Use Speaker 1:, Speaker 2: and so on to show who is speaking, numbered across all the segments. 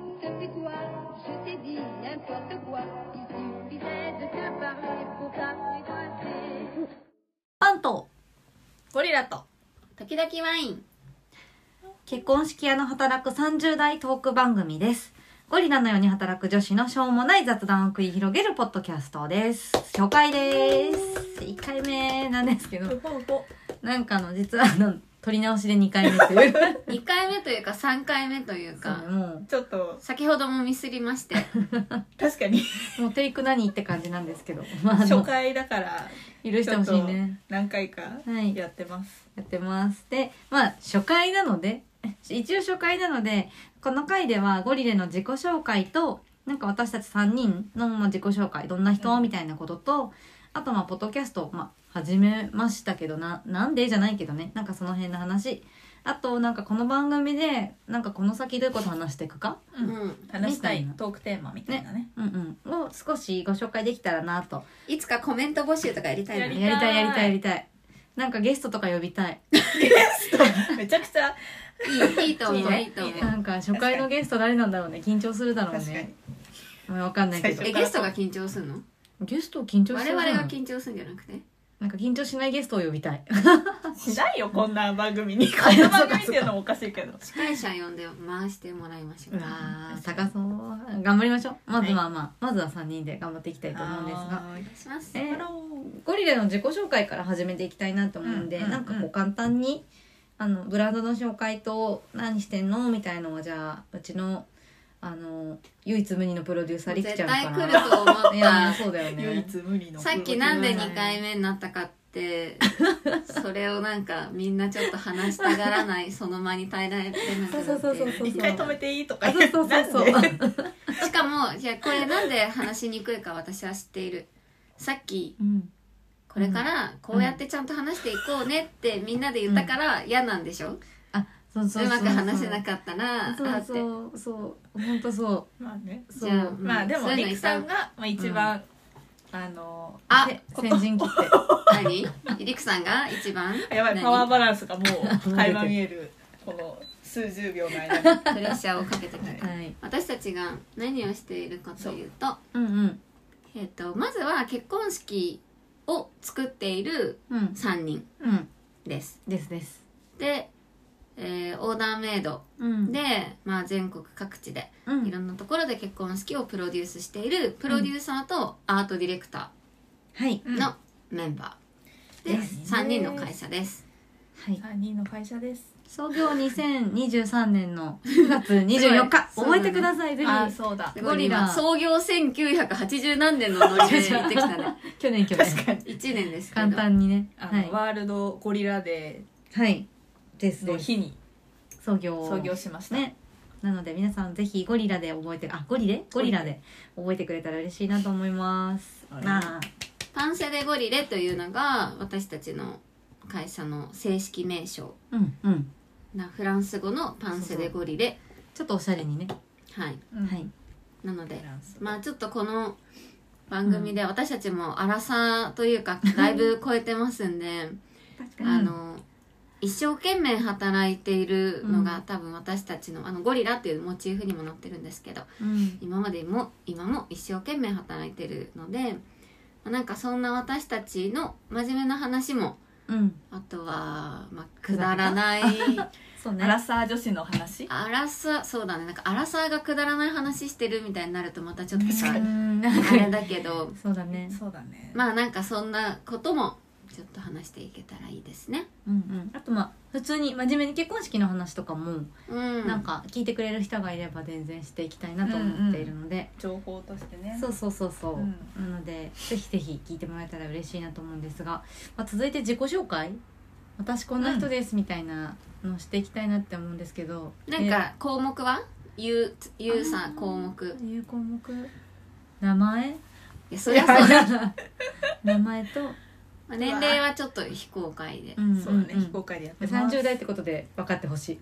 Speaker 1: toi, je t'ai dit n'importe quoi. Il suffisait de te parler pour t'apprivoiser.
Speaker 2: パンと
Speaker 3: ゴリラと
Speaker 2: 時々ワイン結婚式屋の働く30代トーク番組ですゴリラのように働く女子のしょうもない雑談を繰り広げるポッドキャストです初回です1回目なんですけど
Speaker 3: ウポウポ
Speaker 2: なんかあの実はあの撮り直しで2回目という
Speaker 4: 2回目というか3回目という
Speaker 2: そう
Speaker 4: か
Speaker 2: ねも
Speaker 3: ちょっと
Speaker 4: 先ほどもミスりまして
Speaker 3: 確かに
Speaker 2: うもうテイク何って感じなんですけど、まあ、あ
Speaker 3: 初
Speaker 2: の
Speaker 3: 回だから
Speaker 2: 許してほしいね
Speaker 3: 何回か
Speaker 2: はい
Speaker 3: やってます、
Speaker 2: やってます。で、まあ、初回なので、 一応初回なので、この回ではゴリレの自己紹介と、なんか私たち3人のまあ自己紹介、どんな人、
Speaker 3: うん
Speaker 2: みたいなことと、あとまあ、ポッドキャストを、まあ、始めましたけど、な、なんでじゃないけどね、なんかその辺の話。あと、なんかこの番組で、なんかこの先どういうこと話していくか
Speaker 3: う
Speaker 4: うんん
Speaker 3: 話した
Speaker 2: み
Speaker 3: い
Speaker 2: たいな
Speaker 3: トークテーマみたいなね
Speaker 2: うんうん。を少しご紹介できたらなと。
Speaker 4: いつかコメント募集とかやりたい
Speaker 3: や
Speaker 4: な
Speaker 3: り
Speaker 2: やりたいやりたいやりたい。なんかゲストとか呼びたい。
Speaker 3: めちゃくちゃ
Speaker 4: いいいいと思
Speaker 3: そう
Speaker 4: う
Speaker 3: ね
Speaker 4: いいと思う
Speaker 3: いいね
Speaker 2: なんか初回のゲスト誰なんだろうね。緊張するだろうね。
Speaker 3: 確かに
Speaker 2: まあ、わかんないけど
Speaker 3: 最
Speaker 4: え
Speaker 3: 初
Speaker 4: ゲストが緊張するの
Speaker 2: ゲスト緊張し
Speaker 4: 我
Speaker 2: てる
Speaker 4: 々が緊張するんじゃなくて
Speaker 2: なんか緊張しないゲストを呼びたい
Speaker 3: しないよこんな番組にこんな番組っていうのもおかしいけど
Speaker 4: 司会者呼んで回してもらいまし
Speaker 2: う
Speaker 4: ょう
Speaker 2: わー探そう頑張りましょうまずはまあ、まずは3人で頑張っていきたいと思うんですが
Speaker 3: はーい
Speaker 4: します
Speaker 2: え
Speaker 3: ハ
Speaker 2: ー
Speaker 3: ロー
Speaker 2: ゴリラの自己紹介から始めていきたいなと思うんで、
Speaker 3: うんうん
Speaker 2: なんかこう簡単にあのブランドの紹介と何してんのみたいのをじゃあうちのあの唯一無二のプロデューサーりき
Speaker 4: 絶
Speaker 2: ちゃん
Speaker 4: 対
Speaker 2: か
Speaker 4: 来
Speaker 2: ら
Speaker 4: ると思っ
Speaker 2: いや
Speaker 4: た
Speaker 2: そうだよ
Speaker 3: 唯
Speaker 2: ね
Speaker 3: 一無二の
Speaker 4: さっきなんで2回目になったかってそれをなんかみんなちょっと話したがらないその間に耐えられてなくなって
Speaker 2: そうそうそうそう
Speaker 3: 一回止めていいと
Speaker 2: あ
Speaker 3: か
Speaker 2: そうそうそうそう
Speaker 3: なんで
Speaker 4: しかもいやこれなんで話しにくいか私は知っているさっき
Speaker 3: うん
Speaker 4: これからこうやってちゃんと話していこうねってみんなで言ったから嫌なんでしょ、う
Speaker 2: そうそうそう
Speaker 4: まく話せなかったら
Speaker 2: そう
Speaker 4: あっ
Speaker 2: そうそう本当そ
Speaker 3: まあね
Speaker 2: う
Speaker 4: て
Speaker 2: そう
Speaker 4: じゃあ、うん
Speaker 3: まあで
Speaker 4: そ
Speaker 3: も
Speaker 4: ういう
Speaker 3: り
Speaker 4: の
Speaker 3: く
Speaker 4: いた
Speaker 3: さんがまあ一番あの
Speaker 4: あ
Speaker 2: せ先陣切って
Speaker 4: 何りくさんが一番
Speaker 3: やばい
Speaker 4: 何
Speaker 3: パワーバランスがもう垣間見えるこの数十秒の間に
Speaker 4: プレッシャーをかけてくる
Speaker 2: はい
Speaker 4: 私たちが何をしているかというと,、
Speaker 2: うんうん
Speaker 4: えー、とまずは結婚式を作っている
Speaker 2: うん
Speaker 4: 3人
Speaker 2: うん
Speaker 4: です
Speaker 2: ですです
Speaker 4: で、えーオーダーメイド
Speaker 2: うん
Speaker 4: で、まあ、全国各地で
Speaker 2: うん
Speaker 4: いろんなところで結婚式をプロデュースしているプロデューサーとアートディレクタ
Speaker 2: はい
Speaker 4: ーのメンバー
Speaker 2: うん
Speaker 4: で
Speaker 3: です
Speaker 4: す、3人の会社です
Speaker 2: はい
Speaker 3: 3人の会社です
Speaker 2: 創業2023年の9月24日
Speaker 4: そう
Speaker 2: 覚えてくださいぜ
Speaker 3: あ
Speaker 2: ひ
Speaker 3: そうだ
Speaker 2: すごい
Speaker 4: ゴリ
Speaker 2: な
Speaker 4: ラ創業1980何年のノリで行ってきた ね
Speaker 2: 去年去
Speaker 3: 確
Speaker 2: 年
Speaker 3: かに
Speaker 4: 1年ですけど
Speaker 2: 簡単にね
Speaker 3: あ
Speaker 2: は
Speaker 3: の、
Speaker 2: い
Speaker 3: ワールドゴリラデ
Speaker 2: はいです
Speaker 3: ーの
Speaker 2: です
Speaker 3: 日に
Speaker 2: 創業
Speaker 3: 創業しました、
Speaker 2: ねなので皆さんぜひゴリラで覚えてあゴリレゴリラで覚えてくれたら嬉しいなと思います
Speaker 3: はい
Speaker 2: なあ
Speaker 4: パンセデゴリレというのが私たちの会社の正式名称
Speaker 2: うんうん
Speaker 4: なフランス語のパンセデゴリレ
Speaker 2: ちょっとおしゃれにね
Speaker 4: はい
Speaker 3: うん
Speaker 2: はい
Speaker 4: なので
Speaker 3: フランス
Speaker 4: まあちょっとこの番組で私たちも荒さというかだいぶ超えてますんで
Speaker 2: 確
Speaker 4: あの一生懸命働いているのが、多分私たちのあのゴリラっていうモチーフにもなってるんですけど
Speaker 2: うん
Speaker 4: 今までも今も一生懸命働いてるのでまあなんかそんな私たちの真面目な話も
Speaker 2: うん
Speaker 4: あとは、まあ、くだらない
Speaker 2: そう
Speaker 3: アラ
Speaker 2: ね
Speaker 3: サー女子の話
Speaker 4: アラサーそうだねなんかアラサーがくだらない話してるみたいになるとまたちょっとさ
Speaker 3: 確
Speaker 2: うんなん
Speaker 4: あれ
Speaker 2: か
Speaker 4: だけど
Speaker 2: そうだね
Speaker 3: そうだね
Speaker 4: まあなんかそんなこともちょっと話していけたらいいですね。
Speaker 2: うんうん、あとまあ普通に真面目に結婚式の話とかも、
Speaker 4: うん、
Speaker 2: なんか聞いてくれる人がいれば全然していきたいなと思っているので、
Speaker 3: 情報としてね
Speaker 2: そうそうそうそう、
Speaker 3: うん
Speaker 2: なのでぜひぜひ聞いてもらえたら嬉しいなと思うんですが、まあ、続いて自己紹介私こんな人ですみたいなのをしていきたいなって思うんですけど、
Speaker 4: なんか項目はゆうゆうさん項目
Speaker 2: え有項目名前
Speaker 4: いやそりゃそうだ、
Speaker 2: 名前と、
Speaker 4: まあ、年齢はちょっと非公開で
Speaker 2: うん
Speaker 3: そうだね、
Speaker 2: んん
Speaker 3: 非公開でやってます
Speaker 2: 30代ってことで分かってほしい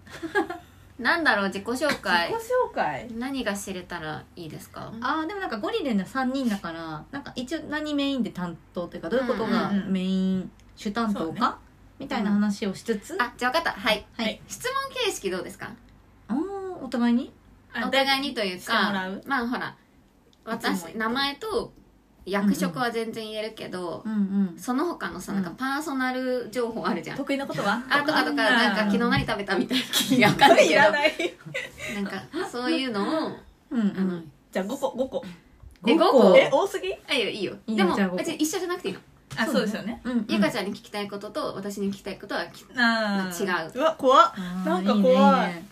Speaker 4: なんだろう自己紹介
Speaker 3: 自己紹介
Speaker 4: 何が知れたらいいですか
Speaker 2: あーでもなんかゴリレの3人だからなんか一応何メインで担当というかどういうことが
Speaker 3: うんうんうん
Speaker 2: メイン主担当
Speaker 3: そう
Speaker 2: か、みたいな話をしつつ、
Speaker 4: あじゃあ分かったはい
Speaker 2: はい
Speaker 4: 質問形式どうですか
Speaker 2: あーお互いに
Speaker 4: お互いにという
Speaker 3: してもら
Speaker 4: か
Speaker 3: う
Speaker 4: まあほら
Speaker 3: いつも言っ
Speaker 4: 私
Speaker 3: て
Speaker 4: 名前と役職は全然言えるけど
Speaker 2: う、ん
Speaker 4: その他のさなんかパーソナル情報あるじ
Speaker 2: う
Speaker 4: ゃ
Speaker 2: ん
Speaker 4: ん、
Speaker 2: 得意なことは
Speaker 4: あとかとか
Speaker 3: うん
Speaker 4: なんか昨日何食べたみたいな気が分かんない
Speaker 3: い
Speaker 4: けど
Speaker 3: らない。
Speaker 4: なんかそういうのを
Speaker 2: うんう
Speaker 4: あの
Speaker 2: ん
Speaker 3: じゃあ5個5個。
Speaker 4: え
Speaker 2: 5
Speaker 4: 五個
Speaker 2: 個
Speaker 3: え多すぎ？
Speaker 4: あいいよいいよ
Speaker 2: いいよ
Speaker 4: でも
Speaker 2: じゃあ僕
Speaker 4: 別に一緒じゃなくていいの
Speaker 3: あそうですよね。
Speaker 2: うんうん
Speaker 4: ゆかちゃんに聞きたいことと私に聞きたいことはき
Speaker 3: あ
Speaker 4: 違う
Speaker 3: うわ怖っ。
Speaker 2: あー
Speaker 3: なんか怖い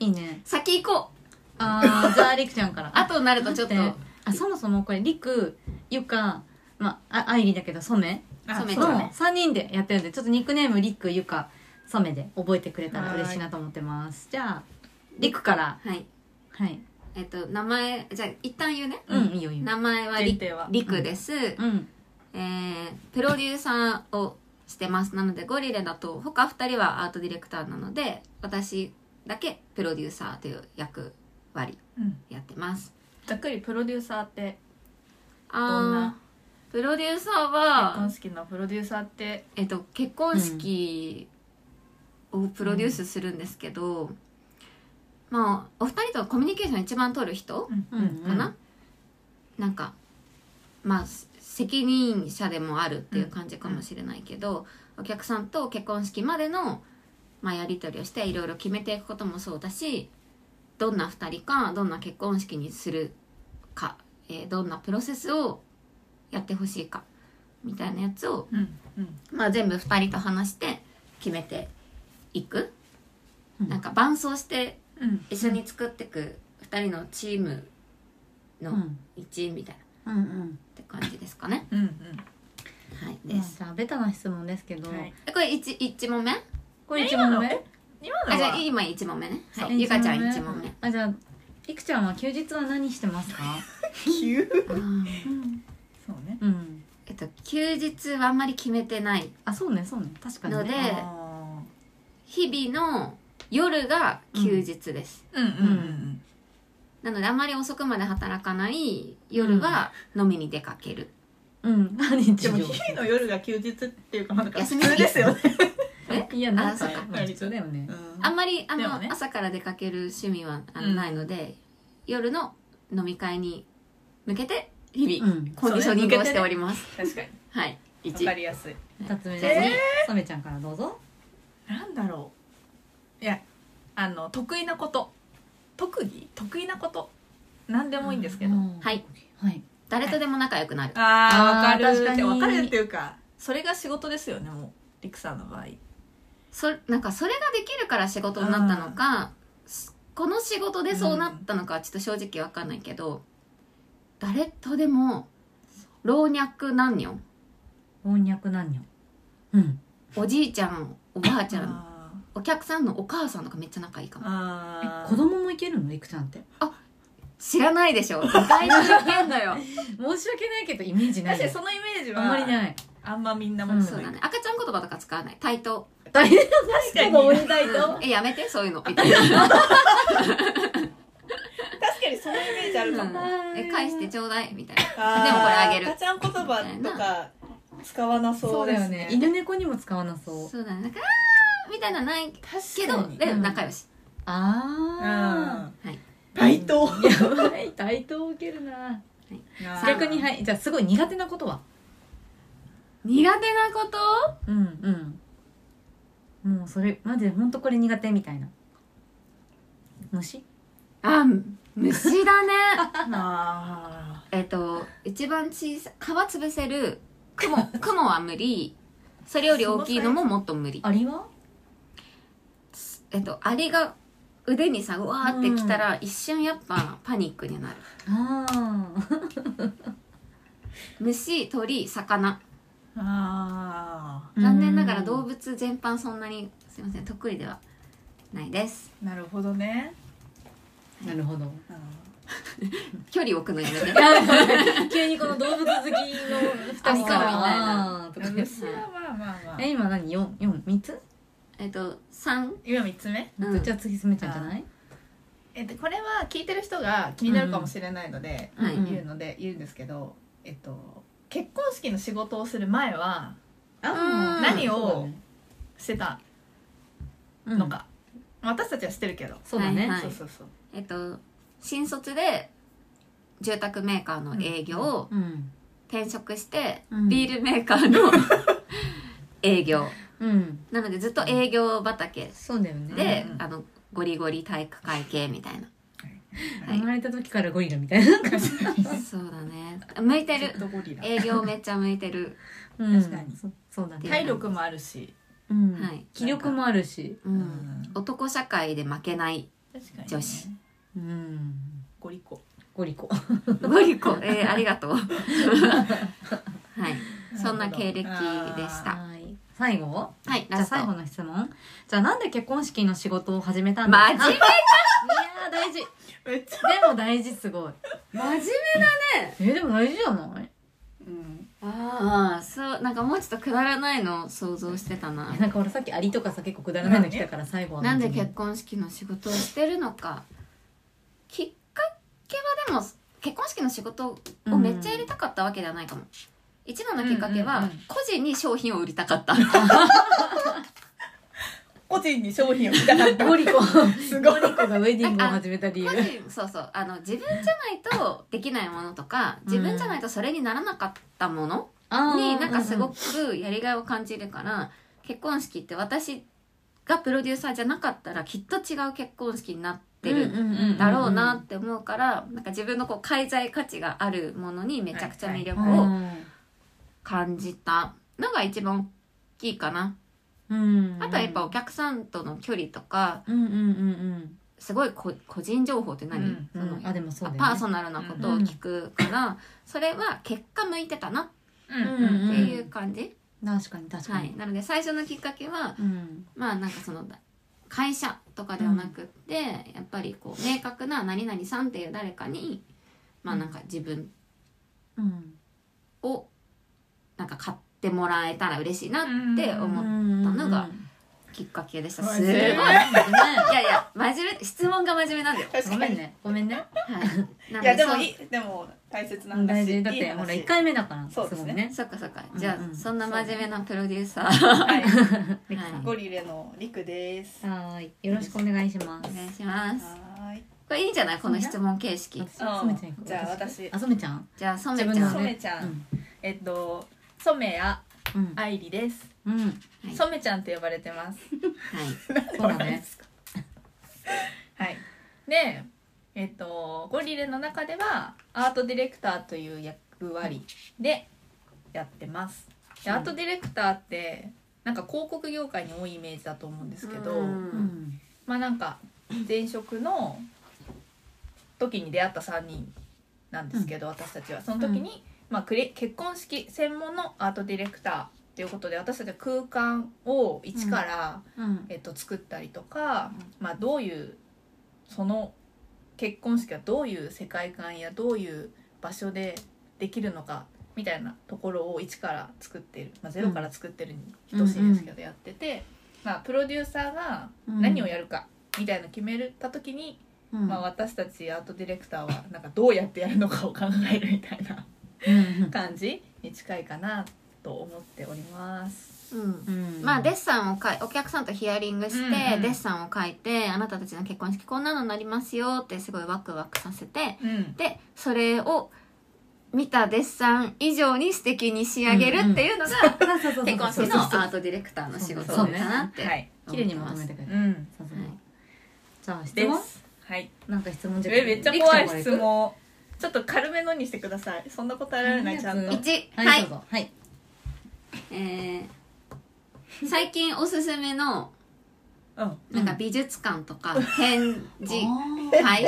Speaker 2: いいねいいね
Speaker 4: 先行こう
Speaker 2: ああじゃありくちゃん から
Speaker 4: あとになるとちょっと
Speaker 2: 待てあそもそもこれりくゆかまああいりだけどソメ
Speaker 3: あ
Speaker 4: そうめん
Speaker 3: そうだ
Speaker 2: の
Speaker 3: ね。
Speaker 2: 3人でやってるんでちょっとニックネームりくゆかソメで覚えてくれたら嬉しいなと思ってますじゃありくから
Speaker 4: はい
Speaker 2: はい
Speaker 4: えっと名前じゃあ一旦言うね、
Speaker 2: うんいいよいいよ
Speaker 4: 名前は
Speaker 3: 限
Speaker 4: り
Speaker 3: 定は。
Speaker 4: りくです、
Speaker 2: うん
Speaker 4: えープロデューサーをしてますなのでゴリレだと他2人はアートディレクターなので私だけプロデューサーという役割
Speaker 3: うん
Speaker 4: やってます
Speaker 3: ざっくりプロデューサーって
Speaker 4: あ
Speaker 3: どんな
Speaker 4: ープロデューサー
Speaker 3: 結
Speaker 4: は
Speaker 3: 婚式のプロデューサーって
Speaker 4: えっと、結婚式をプロデュースするんですけど、まあお二人とコミュニケーション一番取る人
Speaker 3: うん
Speaker 2: うんうん
Speaker 4: かな、なんかまあせ責任者でもあるっていう感じかもしれないけど、お客さんと結婚式までの、まあ、やり取りをしていろいろ決めていくこともそうだしどんな二人かどんな結婚式にするか、えーどんなプロセスをやってほしいかみたいなやつを
Speaker 3: うんうん
Speaker 4: まあ、全部2人と話して決めていく、
Speaker 2: うん
Speaker 4: なんか伴走して
Speaker 3: うん
Speaker 4: 一緒に作ってく2人のチーム
Speaker 2: う
Speaker 4: の
Speaker 2: ん
Speaker 4: 一員みたいなっ
Speaker 2: うんうん
Speaker 4: て感じですかね、
Speaker 3: うん
Speaker 4: はい
Speaker 2: で
Speaker 4: です、
Speaker 2: じゃあベタな質問ですけ
Speaker 3: う
Speaker 2: ど
Speaker 3: ん。はい。
Speaker 4: えこれ 1, 一問目
Speaker 2: これ一
Speaker 3: 今
Speaker 2: 問
Speaker 3: の
Speaker 2: 目
Speaker 3: え今
Speaker 4: あ
Speaker 3: の
Speaker 4: じゃあ
Speaker 3: は
Speaker 4: 今1問目ね、は
Speaker 2: え
Speaker 4: い、ゆかちゃん
Speaker 2: 一
Speaker 4: 1
Speaker 2: 問
Speaker 4: 問
Speaker 2: 目
Speaker 4: 目
Speaker 2: あじゃありくちゃんは休日は何してますか
Speaker 3: 急。
Speaker 4: うん
Speaker 3: そうね。
Speaker 2: うん
Speaker 4: えっと休日はあんまり決めてない
Speaker 2: あそうねそうね確かに
Speaker 4: ので
Speaker 2: ね
Speaker 3: あ
Speaker 4: 日々の夜が休日です、
Speaker 3: ーうんうんうん
Speaker 4: なのであんまり遅くまで働かない夜は飲みに出かける、
Speaker 2: うん 何日常
Speaker 3: でも日々の夜が休日っていうかなんか
Speaker 4: 休
Speaker 3: 普
Speaker 4: みの
Speaker 3: 通
Speaker 4: 日
Speaker 3: ですよね。
Speaker 2: いやなんか
Speaker 4: あそっか
Speaker 2: まあ普通だよね
Speaker 4: あんまりあ
Speaker 3: で
Speaker 4: の、
Speaker 3: もね
Speaker 4: 朝から出かける趣味はあの、
Speaker 3: うん
Speaker 4: ないので夜の飲み会に向けて日
Speaker 2: う
Speaker 4: 々、
Speaker 2: ん
Speaker 4: コンディショニングをしております、
Speaker 3: 確かに
Speaker 4: はい
Speaker 3: わか
Speaker 4: 1
Speaker 3: りやすい。
Speaker 2: 二つ目
Speaker 4: え
Speaker 2: ですソメちゃんからどうぞ
Speaker 3: なんだろういやあの得意なこと特技得意なこと何でもいいんですけど、
Speaker 2: うん
Speaker 4: はい
Speaker 2: はい
Speaker 4: 誰とでも仲良くなる、
Speaker 3: ああ
Speaker 2: あー
Speaker 3: 分かるって
Speaker 2: 確かに
Speaker 3: 分かるっていうかそれが仕事ですよねもうりくさんの場合
Speaker 4: そなんかそれができるから仕事になったのかすこの仕事でそうなったのかはちょっと正直わかんないけど、誰とでも老若男女
Speaker 2: 老若男女うん
Speaker 4: おじいちゃんおばあちゃん
Speaker 3: あ
Speaker 4: お客さんのお母さんとかめっちゃ仲いいか
Speaker 3: ー
Speaker 4: も
Speaker 3: あ
Speaker 2: 子供もいけるのりくちゃんって
Speaker 4: 知らないで しょ意外といけんだよ
Speaker 2: 申し訳ないけどイメージない
Speaker 3: 確かに
Speaker 2: です
Speaker 3: そのイメージは
Speaker 2: あんまりない
Speaker 3: あんまみんなも
Speaker 4: そうだね赤ちゃん言葉とか使わない対等
Speaker 2: 大変
Speaker 3: 確かに
Speaker 2: に大
Speaker 4: うんえやめてそう いうのみたいな、
Speaker 3: 確かにそのイメージあるかも、あ
Speaker 4: うんえ返してちょうだいみたいな
Speaker 3: ー
Speaker 4: でもこれあげる
Speaker 3: 赤ちゃん言葉とか使わな
Speaker 2: そ
Speaker 3: そう
Speaker 2: だ
Speaker 3: うで
Speaker 2: よ
Speaker 3: す
Speaker 2: ね
Speaker 3: ね
Speaker 2: 犬猫にも使わなそう
Speaker 4: そうだねなんかあーみたいなのないけ
Speaker 3: 確
Speaker 4: ど
Speaker 3: かに
Speaker 4: で
Speaker 2: うん
Speaker 4: 仲良し
Speaker 3: う
Speaker 2: ああ
Speaker 3: ん
Speaker 4: はい
Speaker 3: 対等
Speaker 2: やばい対等受けるな逆にはいじゃあすごい苦手なことは
Speaker 4: 苦手なこと
Speaker 2: うんうんもうそれマジで本当これ苦手みたいな虫
Speaker 4: あ虫 だね
Speaker 3: あ
Speaker 4: えっと一番小さい皮潰せる雲雲は無理それより大きいのももっと無理
Speaker 2: アリは
Speaker 4: えっとアリが腕にさうわーってきたら、一瞬やっぱパニックになる
Speaker 2: ああ
Speaker 4: 虫鳥魚
Speaker 3: ーあ
Speaker 4: 残念ながら動物全般そんなにすいません得意ではないです
Speaker 3: ーなるほどね
Speaker 2: なるほど
Speaker 3: あー
Speaker 4: 距離置くのやめ て
Speaker 2: 急にこの動物好きの二人から
Speaker 4: みたいな
Speaker 2: あーとか
Speaker 3: 虫はまあまあまあ
Speaker 2: え今何四四三つ、
Speaker 4: えっと3
Speaker 3: 今3つ目、
Speaker 4: うん
Speaker 2: じゃあ次すめちゃんじゃない
Speaker 3: えっと、これは聞いてる人が気になるかもしれないので、
Speaker 4: はい
Speaker 2: うん
Speaker 3: 言うので言うんですけど、えっと、結婚式の仕事をする前は
Speaker 4: あー
Speaker 3: 何をしてたの、か、私たちはしてるけど、
Speaker 2: そうだね,、
Speaker 4: はい
Speaker 3: そうそうそう
Speaker 4: えっと新卒で住宅メーカーの営業を、
Speaker 2: うん
Speaker 4: 転職して、
Speaker 2: うん
Speaker 4: ビールメーカーの 営業
Speaker 2: うん
Speaker 4: なのでずっと営業畑
Speaker 2: そうだよね
Speaker 4: で、
Speaker 3: うんうん
Speaker 4: あのゴリゴリ体育会系みたい な
Speaker 2: 生まれた時からゴリラみたいな感じ、
Speaker 4: そうだね向いてる
Speaker 3: ずっとゴリラ
Speaker 4: 営業めっちゃ向いてる、
Speaker 2: うん、
Speaker 3: 確かに
Speaker 2: そそうだね、
Speaker 3: 体力もあるし、
Speaker 2: うん
Speaker 4: はい
Speaker 2: 気力もあるし
Speaker 4: う、
Speaker 3: うん
Speaker 4: 男社会で負けない
Speaker 3: 確かに、
Speaker 4: 女子
Speaker 2: うん
Speaker 3: ゴリコ
Speaker 2: ゴリコ
Speaker 4: ゴリコ えーありがとうはいそんな経歴でし
Speaker 3: あ
Speaker 4: た
Speaker 2: はい最後
Speaker 4: はい
Speaker 2: じゃあ
Speaker 4: ラスト
Speaker 2: 最後の質問じゃあなんで結婚式の仕事を始めたんですか
Speaker 4: 真面目
Speaker 2: い やー大事
Speaker 3: めっちゃ、
Speaker 2: でも大事すごい
Speaker 4: 真面目
Speaker 2: えーでも大事じゃない
Speaker 3: うん、
Speaker 4: ああそうなんかもうちょっとくだらないの想像してたな
Speaker 2: なんか俺さっきアリとかさ結構くだらないの来たから最後は
Speaker 4: なんで結婚式の仕事をしてるのかきっかけはでも結婚式の仕事をめっちゃやりたかったわけではないかも、一番のきっかけ
Speaker 3: うん
Speaker 4: は
Speaker 3: うんうん
Speaker 4: 個人に商品を売りたか った、
Speaker 3: 個人に商品を売りたかった
Speaker 2: ゴリコ
Speaker 3: す
Speaker 2: ゴ
Speaker 3: ごい
Speaker 2: リコがウェディングを始めた理由
Speaker 4: 個人そうそうあの自分じゃないとできないものとか自分じゃないとそれにならなかったもの
Speaker 2: あー
Speaker 4: になんかすご
Speaker 2: う
Speaker 4: くやりがいを感じるから結婚式って私がプロデューサーじゃなかったらきっと違う結婚式になってる
Speaker 2: うんうん
Speaker 4: だろうなって思うから、なんか自分のこう介在価値があるものにめちゃくちゃ魅
Speaker 2: うんう
Speaker 4: 力を
Speaker 2: ん
Speaker 4: 感じたのが一番大きいかな、
Speaker 2: うん
Speaker 4: あとはやっぱお客さんとの距離とか
Speaker 2: うんうんうん
Speaker 4: すごいこ個人情報って何、
Speaker 3: うん
Speaker 4: そ
Speaker 2: うん
Speaker 4: の
Speaker 2: うんあでもそうだよね
Speaker 4: パーソナルなことを聞くから、それは結果向いてたなっ
Speaker 3: うん
Speaker 2: うん
Speaker 4: ていう感じ、
Speaker 2: 確かに確か
Speaker 4: は
Speaker 2: に、
Speaker 4: い、なので最初のきっかけは
Speaker 2: うん
Speaker 4: まあなんかその会社とかではなくって、やっぱりこう明確な何々さんっていう誰かにまあなんか自分
Speaker 2: うん
Speaker 4: をなんか買ってもらえたら嬉しいなって思う
Speaker 2: 思
Speaker 4: ったのがきっかけでした。
Speaker 3: うん
Speaker 4: すごい。い
Speaker 3: 真面
Speaker 4: やいや、真面目、質問が真面目なんだよ。
Speaker 3: 確
Speaker 2: ご
Speaker 3: か
Speaker 2: めん
Speaker 3: に
Speaker 2: ねごめんね
Speaker 4: はい。ない
Speaker 3: やでも
Speaker 4: そう
Speaker 3: いいでも大切な
Speaker 2: うん
Speaker 3: 話
Speaker 2: 大事だっ
Speaker 3: いい
Speaker 2: て
Speaker 3: 話
Speaker 2: ほら一回目だから
Speaker 3: そうですね
Speaker 2: ごいね
Speaker 4: そっかそっか。じゃあ、
Speaker 2: うんうん
Speaker 4: そんな真面目なプロデューサー。
Speaker 3: は
Speaker 2: リクさん
Speaker 4: はい
Speaker 3: ゴリレのリクですは
Speaker 2: はーいよろしくお願いしま
Speaker 4: お
Speaker 2: す
Speaker 4: 願いします。
Speaker 3: ーい
Speaker 4: これいいんじゃないこの質問形式。
Speaker 2: 私染ちゃん行く
Speaker 3: じゃあ私
Speaker 2: あ染ちゃん
Speaker 4: じゃあ、染め
Speaker 2: 自
Speaker 4: ちゃ
Speaker 2: 分の
Speaker 4: ん。は
Speaker 3: 染
Speaker 4: い
Speaker 3: めちゃ
Speaker 2: うんん
Speaker 3: えっと染谷
Speaker 2: うん
Speaker 3: 愛理です
Speaker 2: うん
Speaker 4: はい
Speaker 3: 染めちゃんって呼ばれてます
Speaker 2: そうだね
Speaker 3: はいでえっとゴリレの中ではアートディレクターという役割でやってますでアートディレクターってなんか広告業界に多いイメージだと思うんですけど
Speaker 4: う
Speaker 2: う
Speaker 4: ん
Speaker 2: ん
Speaker 3: まあなんか前職の時に出会った3人なんですけど、私たちはその時に、まあ、クレ結婚式専門のアートディレクターっていうことで私たちは空間を一から、
Speaker 2: うん
Speaker 3: えっと、作ったりとか、まあ、どういうその結婚式はどういう世界観やどういう場所でできるのかみたいなところを一から作ってる、まあ、ゼロから作ってるに等しいですけどやってて、まあ、プロデューサーが何をやるかみたいなの決めた時に、
Speaker 2: うん
Speaker 3: まあ、私たちアートディレクターはなんかどうやってやるのかを考えるみたいな
Speaker 2: うん
Speaker 3: 感じに近いかなと思っております。
Speaker 4: うん
Speaker 2: うん
Speaker 4: まあデッサンをかいお客さんとヒアリングして、
Speaker 3: うんうん
Speaker 4: デッサンを書いてあなたたちの結婚式こんなのになりますよってすごいワクワクさせて
Speaker 3: うん
Speaker 4: でそれを見たデッサン以上に素敵に仕上げるっていうのが、
Speaker 2: そうそうそうそう
Speaker 4: 結婚
Speaker 2: そう
Speaker 4: 式のアートディレクターの仕事だなって、
Speaker 3: はい、
Speaker 2: 綺麗にまとめてくれ
Speaker 3: う
Speaker 2: た
Speaker 3: ん
Speaker 2: さす
Speaker 4: は
Speaker 2: が
Speaker 4: い
Speaker 2: じゃあ質
Speaker 3: で
Speaker 2: 問
Speaker 3: す。はい。
Speaker 2: なんか質問じゃ
Speaker 3: えめっちゃ怖い質問。ちょっと軽めのにしてください。そんな答えられないちゃんと。
Speaker 2: い
Speaker 4: 1
Speaker 2: は
Speaker 4: はいい、
Speaker 2: どうぞはい
Speaker 4: えー最近おすすめの
Speaker 3: うん。
Speaker 4: なんか美術館とか展示
Speaker 2: あー
Speaker 4: はい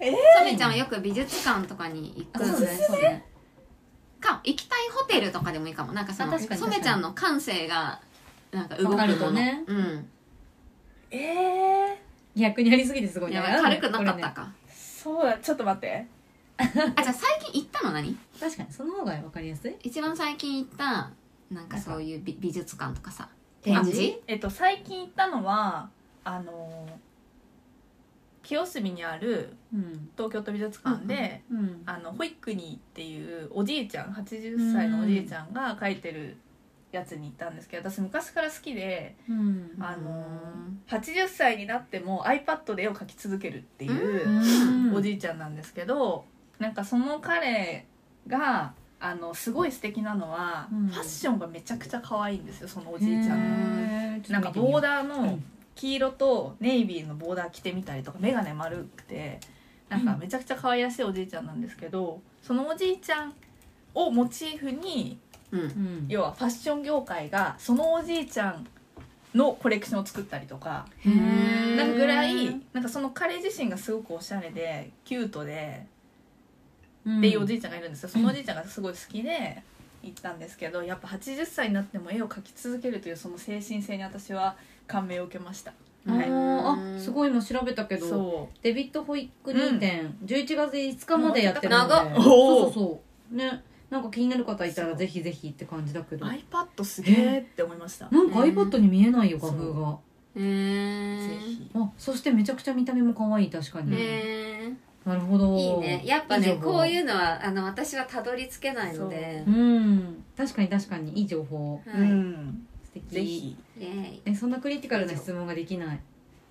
Speaker 3: えー
Speaker 4: ソメちゃんはよく美術館とかに行
Speaker 2: あ
Speaker 4: く
Speaker 2: そうですねそうね
Speaker 4: か行きたいホテルとかでもいいかもなんかそ
Speaker 2: あ
Speaker 4: の
Speaker 2: 確かに
Speaker 4: ソメちゃんの感性がなんか動く
Speaker 2: わかる
Speaker 4: も
Speaker 2: と
Speaker 4: の、
Speaker 2: ね
Speaker 4: うん
Speaker 3: ええ
Speaker 2: 逆にやりすぎてすごいね
Speaker 4: やばい軽くなかった
Speaker 2: こ
Speaker 4: か、
Speaker 3: ー、そうだ。ちょっと待って。
Speaker 4: あじゃあ最近行ったの何
Speaker 2: れね確かにその方がわかりやすい
Speaker 4: 一番最近行ったなんかそういう美美術館とかさ
Speaker 2: 展
Speaker 4: 展
Speaker 2: 示
Speaker 4: 示
Speaker 3: えっと最近行ったのはあのー清澄にある
Speaker 2: うん
Speaker 3: 東京都美術館で。
Speaker 2: うん
Speaker 3: あのホイックニーっていうおじいちゃん80歳のおじいちゃんが描いてるやつに行ったんですけど私昔から好きで、
Speaker 2: うん
Speaker 3: あの
Speaker 4: うん
Speaker 3: 80歳になっても iPad で絵を描き続けるっていう、おじいちゃんなんですけどなんかその彼があのすごい素敵なのは、
Speaker 2: うん
Speaker 3: ファッションがめちゃくちゃ可愛いんですよそのお
Speaker 2: お
Speaker 3: じいちゃんの。
Speaker 2: ん
Speaker 3: なんかボー
Speaker 2: ダー
Speaker 3: ダー
Speaker 2: う
Speaker 3: の
Speaker 2: ん
Speaker 3: 黄色とネイビーのボーダー着てみたりとか眼鏡丸くてなんかめちゃくちゃ可愛らしいおじいちゃんなんですけどそのおじいちゃんをモチーフに
Speaker 4: うん
Speaker 3: 要はファッション業界がそのおじいちゃんのコレクションを作ったりとか
Speaker 2: へー
Speaker 3: なんかぐらいなんかその彼自身がすごくおしゃれでキュートでっていうおじいちゃんがいるんですよそのおじいちゃんがすごい好きで行ったんですけどやっぱ80歳になっても絵を描き続けるというその精神性に私は感銘を受けました。
Speaker 2: あ
Speaker 3: はい
Speaker 2: ーあすごい今調べたけど
Speaker 3: そ
Speaker 2: デビット・ホイック2店、11月5日までやってるので
Speaker 4: 長っ
Speaker 2: そ
Speaker 3: おー
Speaker 2: うそうそうねなんか気になる方いたらぜひぜひって感じだけ
Speaker 3: う
Speaker 2: どなん
Speaker 3: iPad すげえって思いました、
Speaker 2: か iPad に見えないよ画風が
Speaker 4: へー
Speaker 3: ぜひ
Speaker 2: あそしてめちゃくちゃ見た目も可愛い確かに、
Speaker 4: へー
Speaker 2: なるほど
Speaker 4: いいねやっぱねこういううのはあの私はたどり着けないので
Speaker 2: うん確かに確かにいい情報
Speaker 4: は
Speaker 3: う
Speaker 4: い
Speaker 3: ん
Speaker 2: 素敵
Speaker 3: ぜひ
Speaker 4: イエーイ
Speaker 2: えそんなクリティカルな質問ができない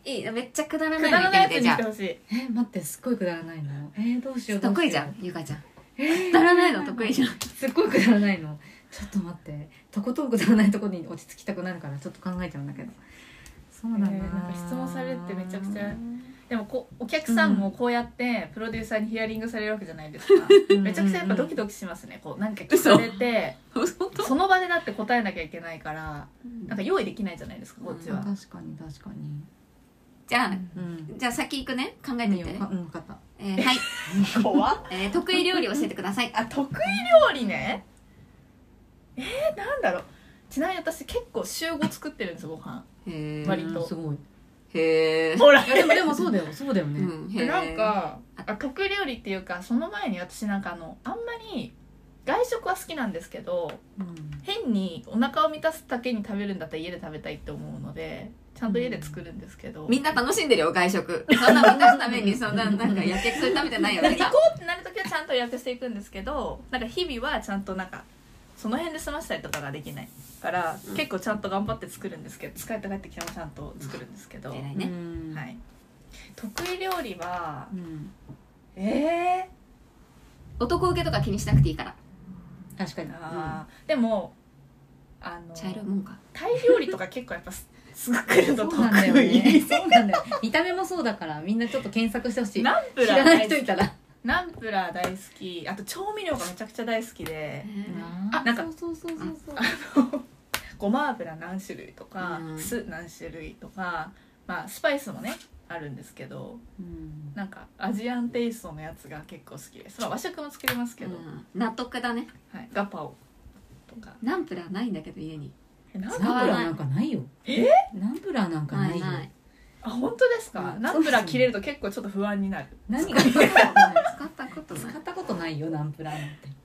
Speaker 4: いいめっちゃくだら
Speaker 3: く
Speaker 4: な
Speaker 3: だら
Speaker 4: い
Speaker 3: な
Speaker 4: の
Speaker 3: いや
Speaker 4: 見てみて
Speaker 3: つに
Speaker 4: じ
Speaker 3: し
Speaker 4: ゃ
Speaker 3: てほしい
Speaker 2: え待ってすっごいくだらないのえー、どうしよ
Speaker 4: あ
Speaker 2: うどうしよう
Speaker 4: 得意じゃんゆかちゃんくだらないの得意じゃん
Speaker 2: すっごいくだらないのちょっと待ってとことんくだらないとこに落ち着きたくなるからちょっと考えちゃうんだけどそうだな,、
Speaker 3: えーなんか質問されるってめちゃくちゃでもこうお客さんもこうやってプロデューサーにヒアリングされるわけじゃないですか、めちゃくちゃやっぱドキ
Speaker 2: キ
Speaker 3: ドキしますねこうなんか聞かれてその場でだって答えなきゃいけないからなんか用意できないじゃないですかこっちは、
Speaker 2: 確かに確かに
Speaker 4: じゃあ
Speaker 2: うん
Speaker 4: じゃあ先行くね考えてみ
Speaker 2: い
Speaker 4: て
Speaker 2: いよかうん分かった
Speaker 4: えーはい
Speaker 3: 怖っ
Speaker 4: えー得意料理教えてください
Speaker 3: あ得意料理ねえー、なんだろうちなみに私結構週5作ってるんですご飯
Speaker 4: へ
Speaker 3: 割と
Speaker 2: うんすごい
Speaker 4: へえ
Speaker 3: ほら
Speaker 2: いやでもでもそうだよそうだよね、
Speaker 3: でなんかあ得意料理っていうかその前に私なんかあのあんまり外食は好きなんですけど
Speaker 2: うん
Speaker 3: 変にお腹を満たすだけに食べるんだったら家で食べたいって思うのでちゃんと家で作るんですけど、
Speaker 4: みんな楽しんでるよ外食そんな満たすためにそんななんかやけくそれ食べてないよ
Speaker 3: なん
Speaker 4: ね
Speaker 3: か行こうってなる時はちゃんと予約していくんですけどなんか日々はちゃんとなんかその辺で済ましたりとかができないから、
Speaker 4: うん
Speaker 3: 結構ちゃんと頑張って作るんですけど疲れて帰ってきてもちゃんと作るんですけど、
Speaker 4: 偉い
Speaker 2: ね
Speaker 4: ね
Speaker 2: は
Speaker 3: はいい得意料理は
Speaker 2: うん
Speaker 3: え
Speaker 4: 男受けとか気にしなくていいから
Speaker 2: 確か
Speaker 3: ー、
Speaker 2: に
Speaker 3: あーでもあの
Speaker 4: 茶色いもんか
Speaker 3: タイ料理とか結構やっぱすすぐ来る
Speaker 2: そう
Speaker 3: の得
Speaker 2: なんだよね
Speaker 3: 意
Speaker 2: そうなんだよ見た目もそうだからみんなちょっと検索してほしい
Speaker 3: ナンプ
Speaker 2: 知
Speaker 3: ラー
Speaker 2: らな
Speaker 3: 大
Speaker 2: い人い
Speaker 3: 好き
Speaker 2: たら
Speaker 3: ナンプラー大好きあと調味料がめちゃくちゃ大好きで
Speaker 2: あ
Speaker 3: なんか
Speaker 2: そうそうそうそうそう
Speaker 3: ごま油何種類とか、
Speaker 4: うん
Speaker 3: 酢何種類とかまあスパイスもねあるんですけど
Speaker 2: うん
Speaker 3: なんかアジアンテイストのやつが結構好きです、まあ、和食も作れますけど、
Speaker 4: うん納得だね
Speaker 3: はい、ガパオとか
Speaker 4: ナンプラーないんだけど家に
Speaker 3: えナンプ
Speaker 2: ナンプ
Speaker 3: ラー
Speaker 2: ラーなんかないよ
Speaker 3: え
Speaker 2: ナンプラーなんか
Speaker 4: な
Speaker 2: ない
Speaker 4: い
Speaker 2: よ
Speaker 4: ない
Speaker 3: あ本当ですか、
Speaker 2: うん
Speaker 3: ナンプラー切れると結構ちょっと不安になる
Speaker 2: 何が
Speaker 4: 使ったことな
Speaker 2: 使
Speaker 4: い
Speaker 2: ったことないよナンプラー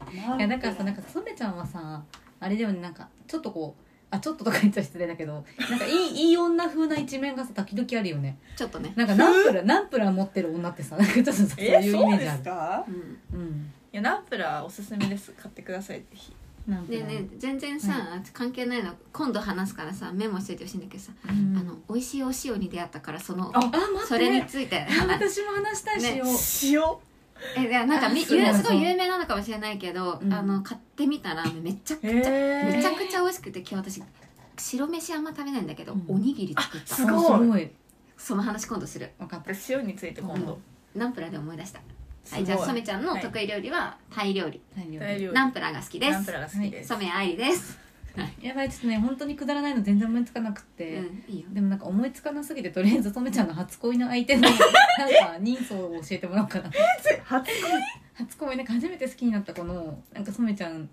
Speaker 2: なんていやなんかさなんか染ちゃんはさあれだよねなんかちょっとこうあちょっととか言っちゃ失礼だけどなんかいいいい女風な一面がさ時々あるよね
Speaker 4: ちょっとね
Speaker 2: なんかナンプラーナンプラー持ってる女ってさなんかちょっとさそう
Speaker 3: え
Speaker 2: いうイ
Speaker 3: そ
Speaker 2: メ
Speaker 3: う
Speaker 2: ージ
Speaker 3: で
Speaker 2: あ
Speaker 3: す
Speaker 2: る
Speaker 3: か
Speaker 4: うん
Speaker 2: うん
Speaker 3: いやナンプラーおすすめです買ってくださいぜひ
Speaker 2: ナンプ
Speaker 4: ねえ
Speaker 2: ラー
Speaker 4: ねえ全然さ、関係ないの今度話すからさメモしといてほしいんだけどさ、
Speaker 2: うん
Speaker 4: あの美味しいお塩に出会ったからその
Speaker 2: あ待って
Speaker 4: それについて
Speaker 2: あ
Speaker 4: 話
Speaker 2: 私も話したいしよう、
Speaker 3: 塩
Speaker 4: えでなんかみ
Speaker 2: あそうなんだ
Speaker 4: すごい有名なのかもしれないけど、
Speaker 2: うん
Speaker 4: あの買ってみたらめちゃくちゃ、
Speaker 3: へ
Speaker 4: めちゃ
Speaker 3: え
Speaker 4: くちゃ美味しくて今日私白飯あんま食べないんだけど、
Speaker 2: うん
Speaker 4: おにぎり作った
Speaker 3: あすごい
Speaker 2: あすごい
Speaker 4: その話今度する
Speaker 2: 分かった
Speaker 3: 塩について今度
Speaker 4: ナンプラーで思い出した
Speaker 3: す
Speaker 4: は
Speaker 3: ごい
Speaker 4: いじゃあソメちゃんの得意料理はタイ料理、
Speaker 2: 大丈夫
Speaker 3: 大量
Speaker 4: ナンプラーが好きで
Speaker 3: ナン
Speaker 4: す
Speaker 3: プラーが好きです、
Speaker 4: ソメ愛理です、
Speaker 2: やばいちょっとね本当にくだらないの全然思いつかなくて、
Speaker 4: うんいいよ
Speaker 2: でもなんか思いつかなすぎてとりあえずとめちゃんの初恋の 相手のなんか人相を教えてもらおうかな
Speaker 3: 初
Speaker 2: 初恋なんか初めて好きになった子のなんかとめちゃん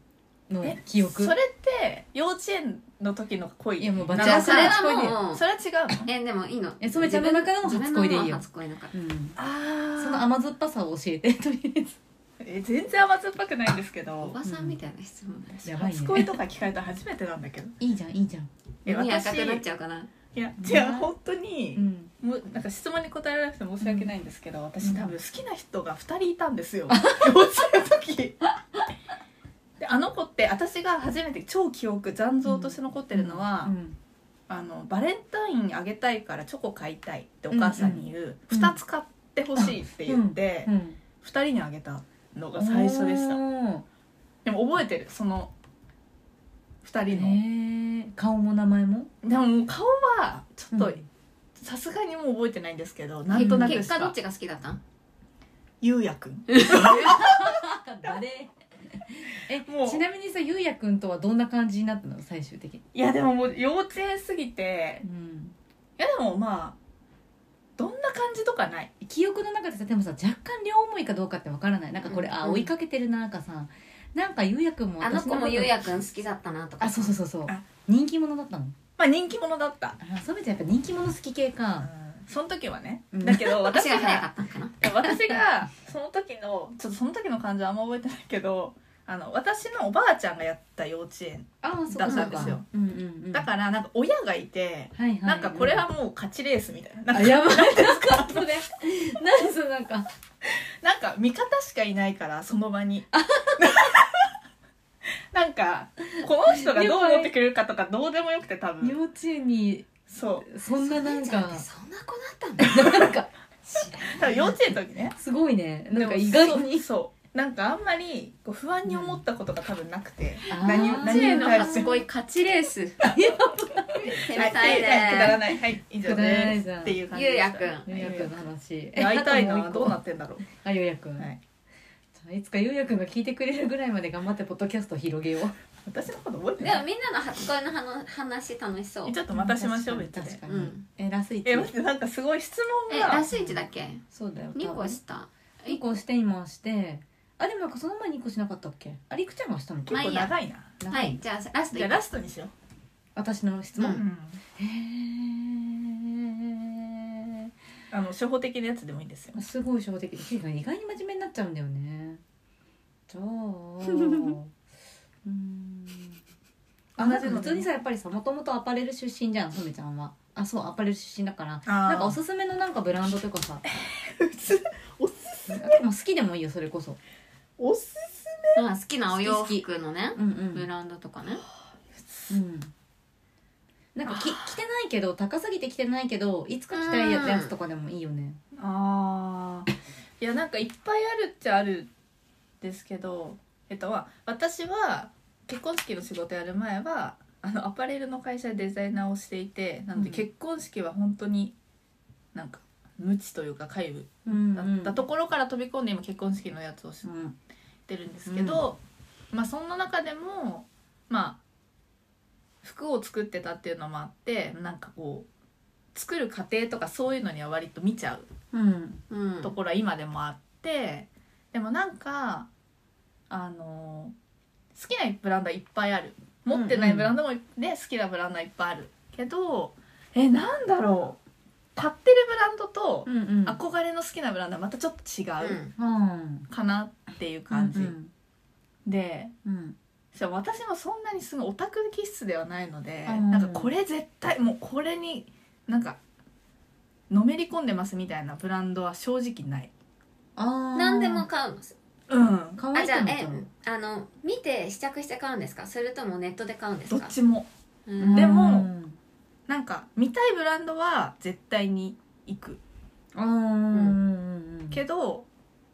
Speaker 2: の記憶
Speaker 3: それって幼稚園の時の恋
Speaker 2: いやもうバチ
Speaker 4: だ
Speaker 2: 当
Speaker 4: から
Speaker 2: た
Speaker 4: そ
Speaker 2: り
Speaker 4: れ
Speaker 2: 初恋だよ
Speaker 4: はもう
Speaker 3: それは違うの
Speaker 4: えでもいいの
Speaker 2: え染ちゃんの中の初恋でいいよ
Speaker 4: 自分の初恋だから
Speaker 2: うん、
Speaker 3: あ
Speaker 2: その甘酸っぱさを教えてとりあえ
Speaker 3: え全然甘酸っぱくないんですけ
Speaker 4: お
Speaker 3: ど
Speaker 4: ばさんみたいな質問だし
Speaker 2: ずやばいね
Speaker 3: 初恋とか聞かれたら初めてなんだけど
Speaker 2: いいじゃんいいじゃん
Speaker 3: え
Speaker 4: 耳赤くなっ
Speaker 3: い
Speaker 4: ちゃうかな
Speaker 3: や違う本当に
Speaker 2: う、ん
Speaker 3: もうなんか質問に答えられなくて申し訳ないんですけど、私多分好きな人が2人いたんですよ、幼稚園の時でああの子って私が初めて超記憶残像として残ってるのは、
Speaker 2: うん
Speaker 3: あのバレンタインあげたいからチョコ買いたいってお母さんに言う、
Speaker 2: うん
Speaker 3: 2つ買ってほしいって言って、
Speaker 2: うん
Speaker 3: 2人にあげたのが最初でした
Speaker 2: お
Speaker 3: でも覚えてるその2
Speaker 2: ー
Speaker 3: 人の、
Speaker 2: へえ顔も名前も
Speaker 3: でももう顔はちょ
Speaker 2: う
Speaker 3: っと
Speaker 2: ん
Speaker 3: さすがにもう覚えてないんですけどなんとなくし
Speaker 4: 結果ど
Speaker 3: か
Speaker 4: っちが好きだったん
Speaker 3: ゆうやくん
Speaker 2: バレ
Speaker 3: もう
Speaker 2: えちなみにさゆうやくんとはどんな感じになったの最終的に
Speaker 3: いやでももう幼稚園すぎて
Speaker 2: うん
Speaker 3: いやでもまあどんな感じとかない
Speaker 2: 記憶の中でさでもさ若干両思いかどうかってわからないなんかこれ、
Speaker 4: うん
Speaker 2: あ
Speaker 4: うん
Speaker 2: 追いかけてるななんかさなんかゆうやくんも
Speaker 4: あの
Speaker 2: 私
Speaker 4: 子
Speaker 2: こと
Speaker 4: もゆうやくん好きだったなとか
Speaker 2: あそうそうそうそう
Speaker 3: あ
Speaker 2: 人気者だったの
Speaker 3: まあ人気者だった、
Speaker 2: あそうめちゃんやっぱ人気者好き系か
Speaker 3: その時はね、
Speaker 2: うん
Speaker 3: だけど
Speaker 4: 私
Speaker 3: 私が
Speaker 4: が早かったんかな
Speaker 3: 私がその時のちょっとその時の感じはあんま覚えてないけどあの私のおばあちゃんがやった幼稚園
Speaker 2: ああそう
Speaker 3: だ
Speaker 2: か
Speaker 3: っ
Speaker 2: そ
Speaker 3: た
Speaker 2: うん
Speaker 3: で
Speaker 2: か
Speaker 3: すよ
Speaker 2: うんうんうん
Speaker 3: だからなんか親がいて、
Speaker 2: はいはい
Speaker 3: なんかこれはもう勝ちレースみたいななん
Speaker 2: あ
Speaker 3: か
Speaker 2: やばい
Speaker 3: ですか
Speaker 2: 何それなんか
Speaker 3: なんか味方しかいないからその場になんかこの人がどう思ってくれるかとかどうでもよくて多
Speaker 2: 幼
Speaker 3: 分
Speaker 2: 稚園に
Speaker 3: そ
Speaker 2: そんななんか
Speaker 4: そんな子だったんだ
Speaker 2: なんか
Speaker 3: う多分幼稚園の時ね
Speaker 2: すごいねなんか
Speaker 3: でも
Speaker 2: 意外に
Speaker 3: そうそうなんかあんまりこう不安に思ったことが多分なくて、
Speaker 2: 何
Speaker 3: 何
Speaker 4: 幼稚園
Speaker 3: も
Speaker 4: の初恋勝ちレース手
Speaker 3: はい、
Speaker 4: たい
Speaker 3: くだら
Speaker 4: ね
Speaker 3: ない。はい、以上
Speaker 2: くだらな
Speaker 3: で
Speaker 2: い
Speaker 3: す
Speaker 2: じゃん
Speaker 3: っていう感じ
Speaker 4: ゆ
Speaker 3: で
Speaker 4: う
Speaker 3: した。
Speaker 4: やくん
Speaker 2: ゆうやくんの話
Speaker 3: え会いたい
Speaker 2: なんかも
Speaker 3: な。
Speaker 2: う一個
Speaker 3: どうなってんだろ
Speaker 2: あゆうやくん
Speaker 3: う。はい。
Speaker 2: いつかゆうやくんが聞いてくれるぐらいまで頑張ってポッドキャスト広げよう
Speaker 3: 私のこと覚えて
Speaker 4: で
Speaker 3: な
Speaker 4: もみ
Speaker 3: い。
Speaker 4: んなの初恋の話話楽しそう
Speaker 3: ちょっとまたしましょう別
Speaker 2: 確
Speaker 3: で。
Speaker 2: か
Speaker 4: う
Speaker 2: に
Speaker 4: ん
Speaker 2: えラスイチ
Speaker 3: え、待ってなんかすごい質
Speaker 4: え
Speaker 3: 問が
Speaker 4: ラ。スイチだっけ
Speaker 2: そうだよ
Speaker 4: 2個した
Speaker 2: 2個して今してあでもなんかその前に1個しなかったっけありくちゃんがしたのか
Speaker 4: まあ
Speaker 3: 結
Speaker 4: い
Speaker 3: 構
Speaker 4: いや
Speaker 3: 長いな。
Speaker 2: なんか
Speaker 4: はいじゃあラスト
Speaker 3: じ
Speaker 4: 1
Speaker 3: ゃあ
Speaker 4: 個
Speaker 3: ラストにしよ
Speaker 2: 私の質
Speaker 3: う。
Speaker 4: う
Speaker 2: 問、
Speaker 3: ん。
Speaker 2: へ
Speaker 3: あの初歩的なやつでもいいですよ
Speaker 2: ー。すごい初歩的で意外に真面目になっちゃうんだよねじゃ あうーんあなんか普通にさやっぱりさもともとアパレル出身じゃんほめちゃんはあそうアパレル出身だから
Speaker 3: な
Speaker 2: なんかおすすめのなんかブランドとかさ
Speaker 3: 普通おす
Speaker 2: まあ好きでもいいよそれこそ
Speaker 3: おす
Speaker 4: あ好きなお洋服のね
Speaker 2: うんうん
Speaker 4: ブランドとかね
Speaker 2: うんなんかき着てないけど高すぎて着てないけどいつか着たいやつ
Speaker 4: うん
Speaker 2: やつとかでもいいよね
Speaker 3: ああ。いやなんかいっぱいあるっちゃあるんですけど、えっとまあ私は結婚式の仕事やる前はあのアパレルの会社でデザイナーをしていてなので
Speaker 2: うん
Speaker 3: 結婚式は本当になんか無知というか皆
Speaker 2: う
Speaker 3: 無
Speaker 2: ん
Speaker 3: だったところから飛び込んで今結婚式のやつをし
Speaker 2: うん
Speaker 3: てるんですけど、まあそんな中でもまあ服を作ってたっていうのもあってなんかこう作る過程とかそういうのには割と見ちゃう
Speaker 2: うん
Speaker 4: うん
Speaker 3: ところは今でもあってでもなんかあの好きなブランドはいっぱいある持ってないブランドも、ね好きなブランドはいっぱいあるけどえなんだろう買ってるブランドと
Speaker 2: うんうん
Speaker 3: 憧れの好きなブランドはまたちょっと違
Speaker 4: う
Speaker 3: うん
Speaker 2: うん
Speaker 3: かなっていう感じ、
Speaker 2: うん
Speaker 3: で
Speaker 2: うん
Speaker 3: そう私もそんなにすごいオタク気質ではないので、
Speaker 2: うん
Speaker 3: なんかこれ絶対もうこれになんかのめり込んでますみたいなブランドは正直ない。
Speaker 2: あー
Speaker 4: 何でも買うの
Speaker 3: うん
Speaker 2: 可愛
Speaker 4: あ
Speaker 2: い
Speaker 4: じ
Speaker 2: と
Speaker 4: ゃ
Speaker 2: 思
Speaker 4: あ
Speaker 2: ったの
Speaker 4: えあの見て試着して買うんですかそれともネットで買うんです
Speaker 3: どっ
Speaker 4: か
Speaker 3: ちも
Speaker 4: うん
Speaker 3: でも
Speaker 2: うん
Speaker 3: なんか見たいブランドは絶対に行く
Speaker 2: うんうんうん
Speaker 3: けど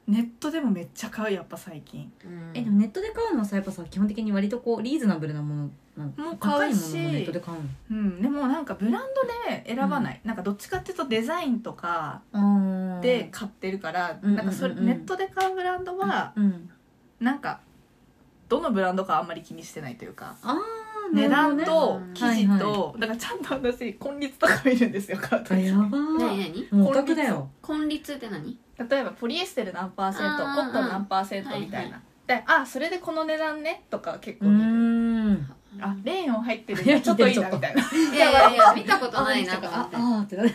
Speaker 3: ネットでもめっちゃ買うやっぱ最近
Speaker 4: うん
Speaker 2: えでもネットで買うのはさやっぱさ基本的に割とこうリーズナブルなものなの
Speaker 3: もう
Speaker 2: 高
Speaker 3: 買
Speaker 2: いうも
Speaker 3: し
Speaker 2: のもネットで買うの
Speaker 3: うんでもなんかブランドで選ばない、なんかどっちかっていうとデザインとか
Speaker 2: あー
Speaker 3: で買ってるから、
Speaker 2: うん
Speaker 3: なんかそれ、
Speaker 2: うんうんうん
Speaker 3: ネットで買うブランドは
Speaker 2: うん
Speaker 3: なんかどのブランドかあんまり気にしてないというか
Speaker 2: あー
Speaker 3: 値
Speaker 2: なるほど
Speaker 3: 段
Speaker 2: ね
Speaker 3: と
Speaker 4: うん
Speaker 3: 生地と、
Speaker 2: は
Speaker 3: だからちゃんと私今月とか見るんですよ買う
Speaker 2: あ
Speaker 3: 時
Speaker 2: やばー
Speaker 4: 何何
Speaker 2: もうオタクだよ
Speaker 4: 婚率って何
Speaker 3: 例えばポリエステル何パーセントコ
Speaker 4: あー
Speaker 3: ットン何パーセントみたいな、であそれでこの値段ねとか結
Speaker 2: う
Speaker 3: 構見る
Speaker 2: ーん
Speaker 3: あレーンを入ってる のちょっといいなみたいな
Speaker 4: いやいやいや見たことないなと思
Speaker 2: あ
Speaker 4: って
Speaker 2: あーってなる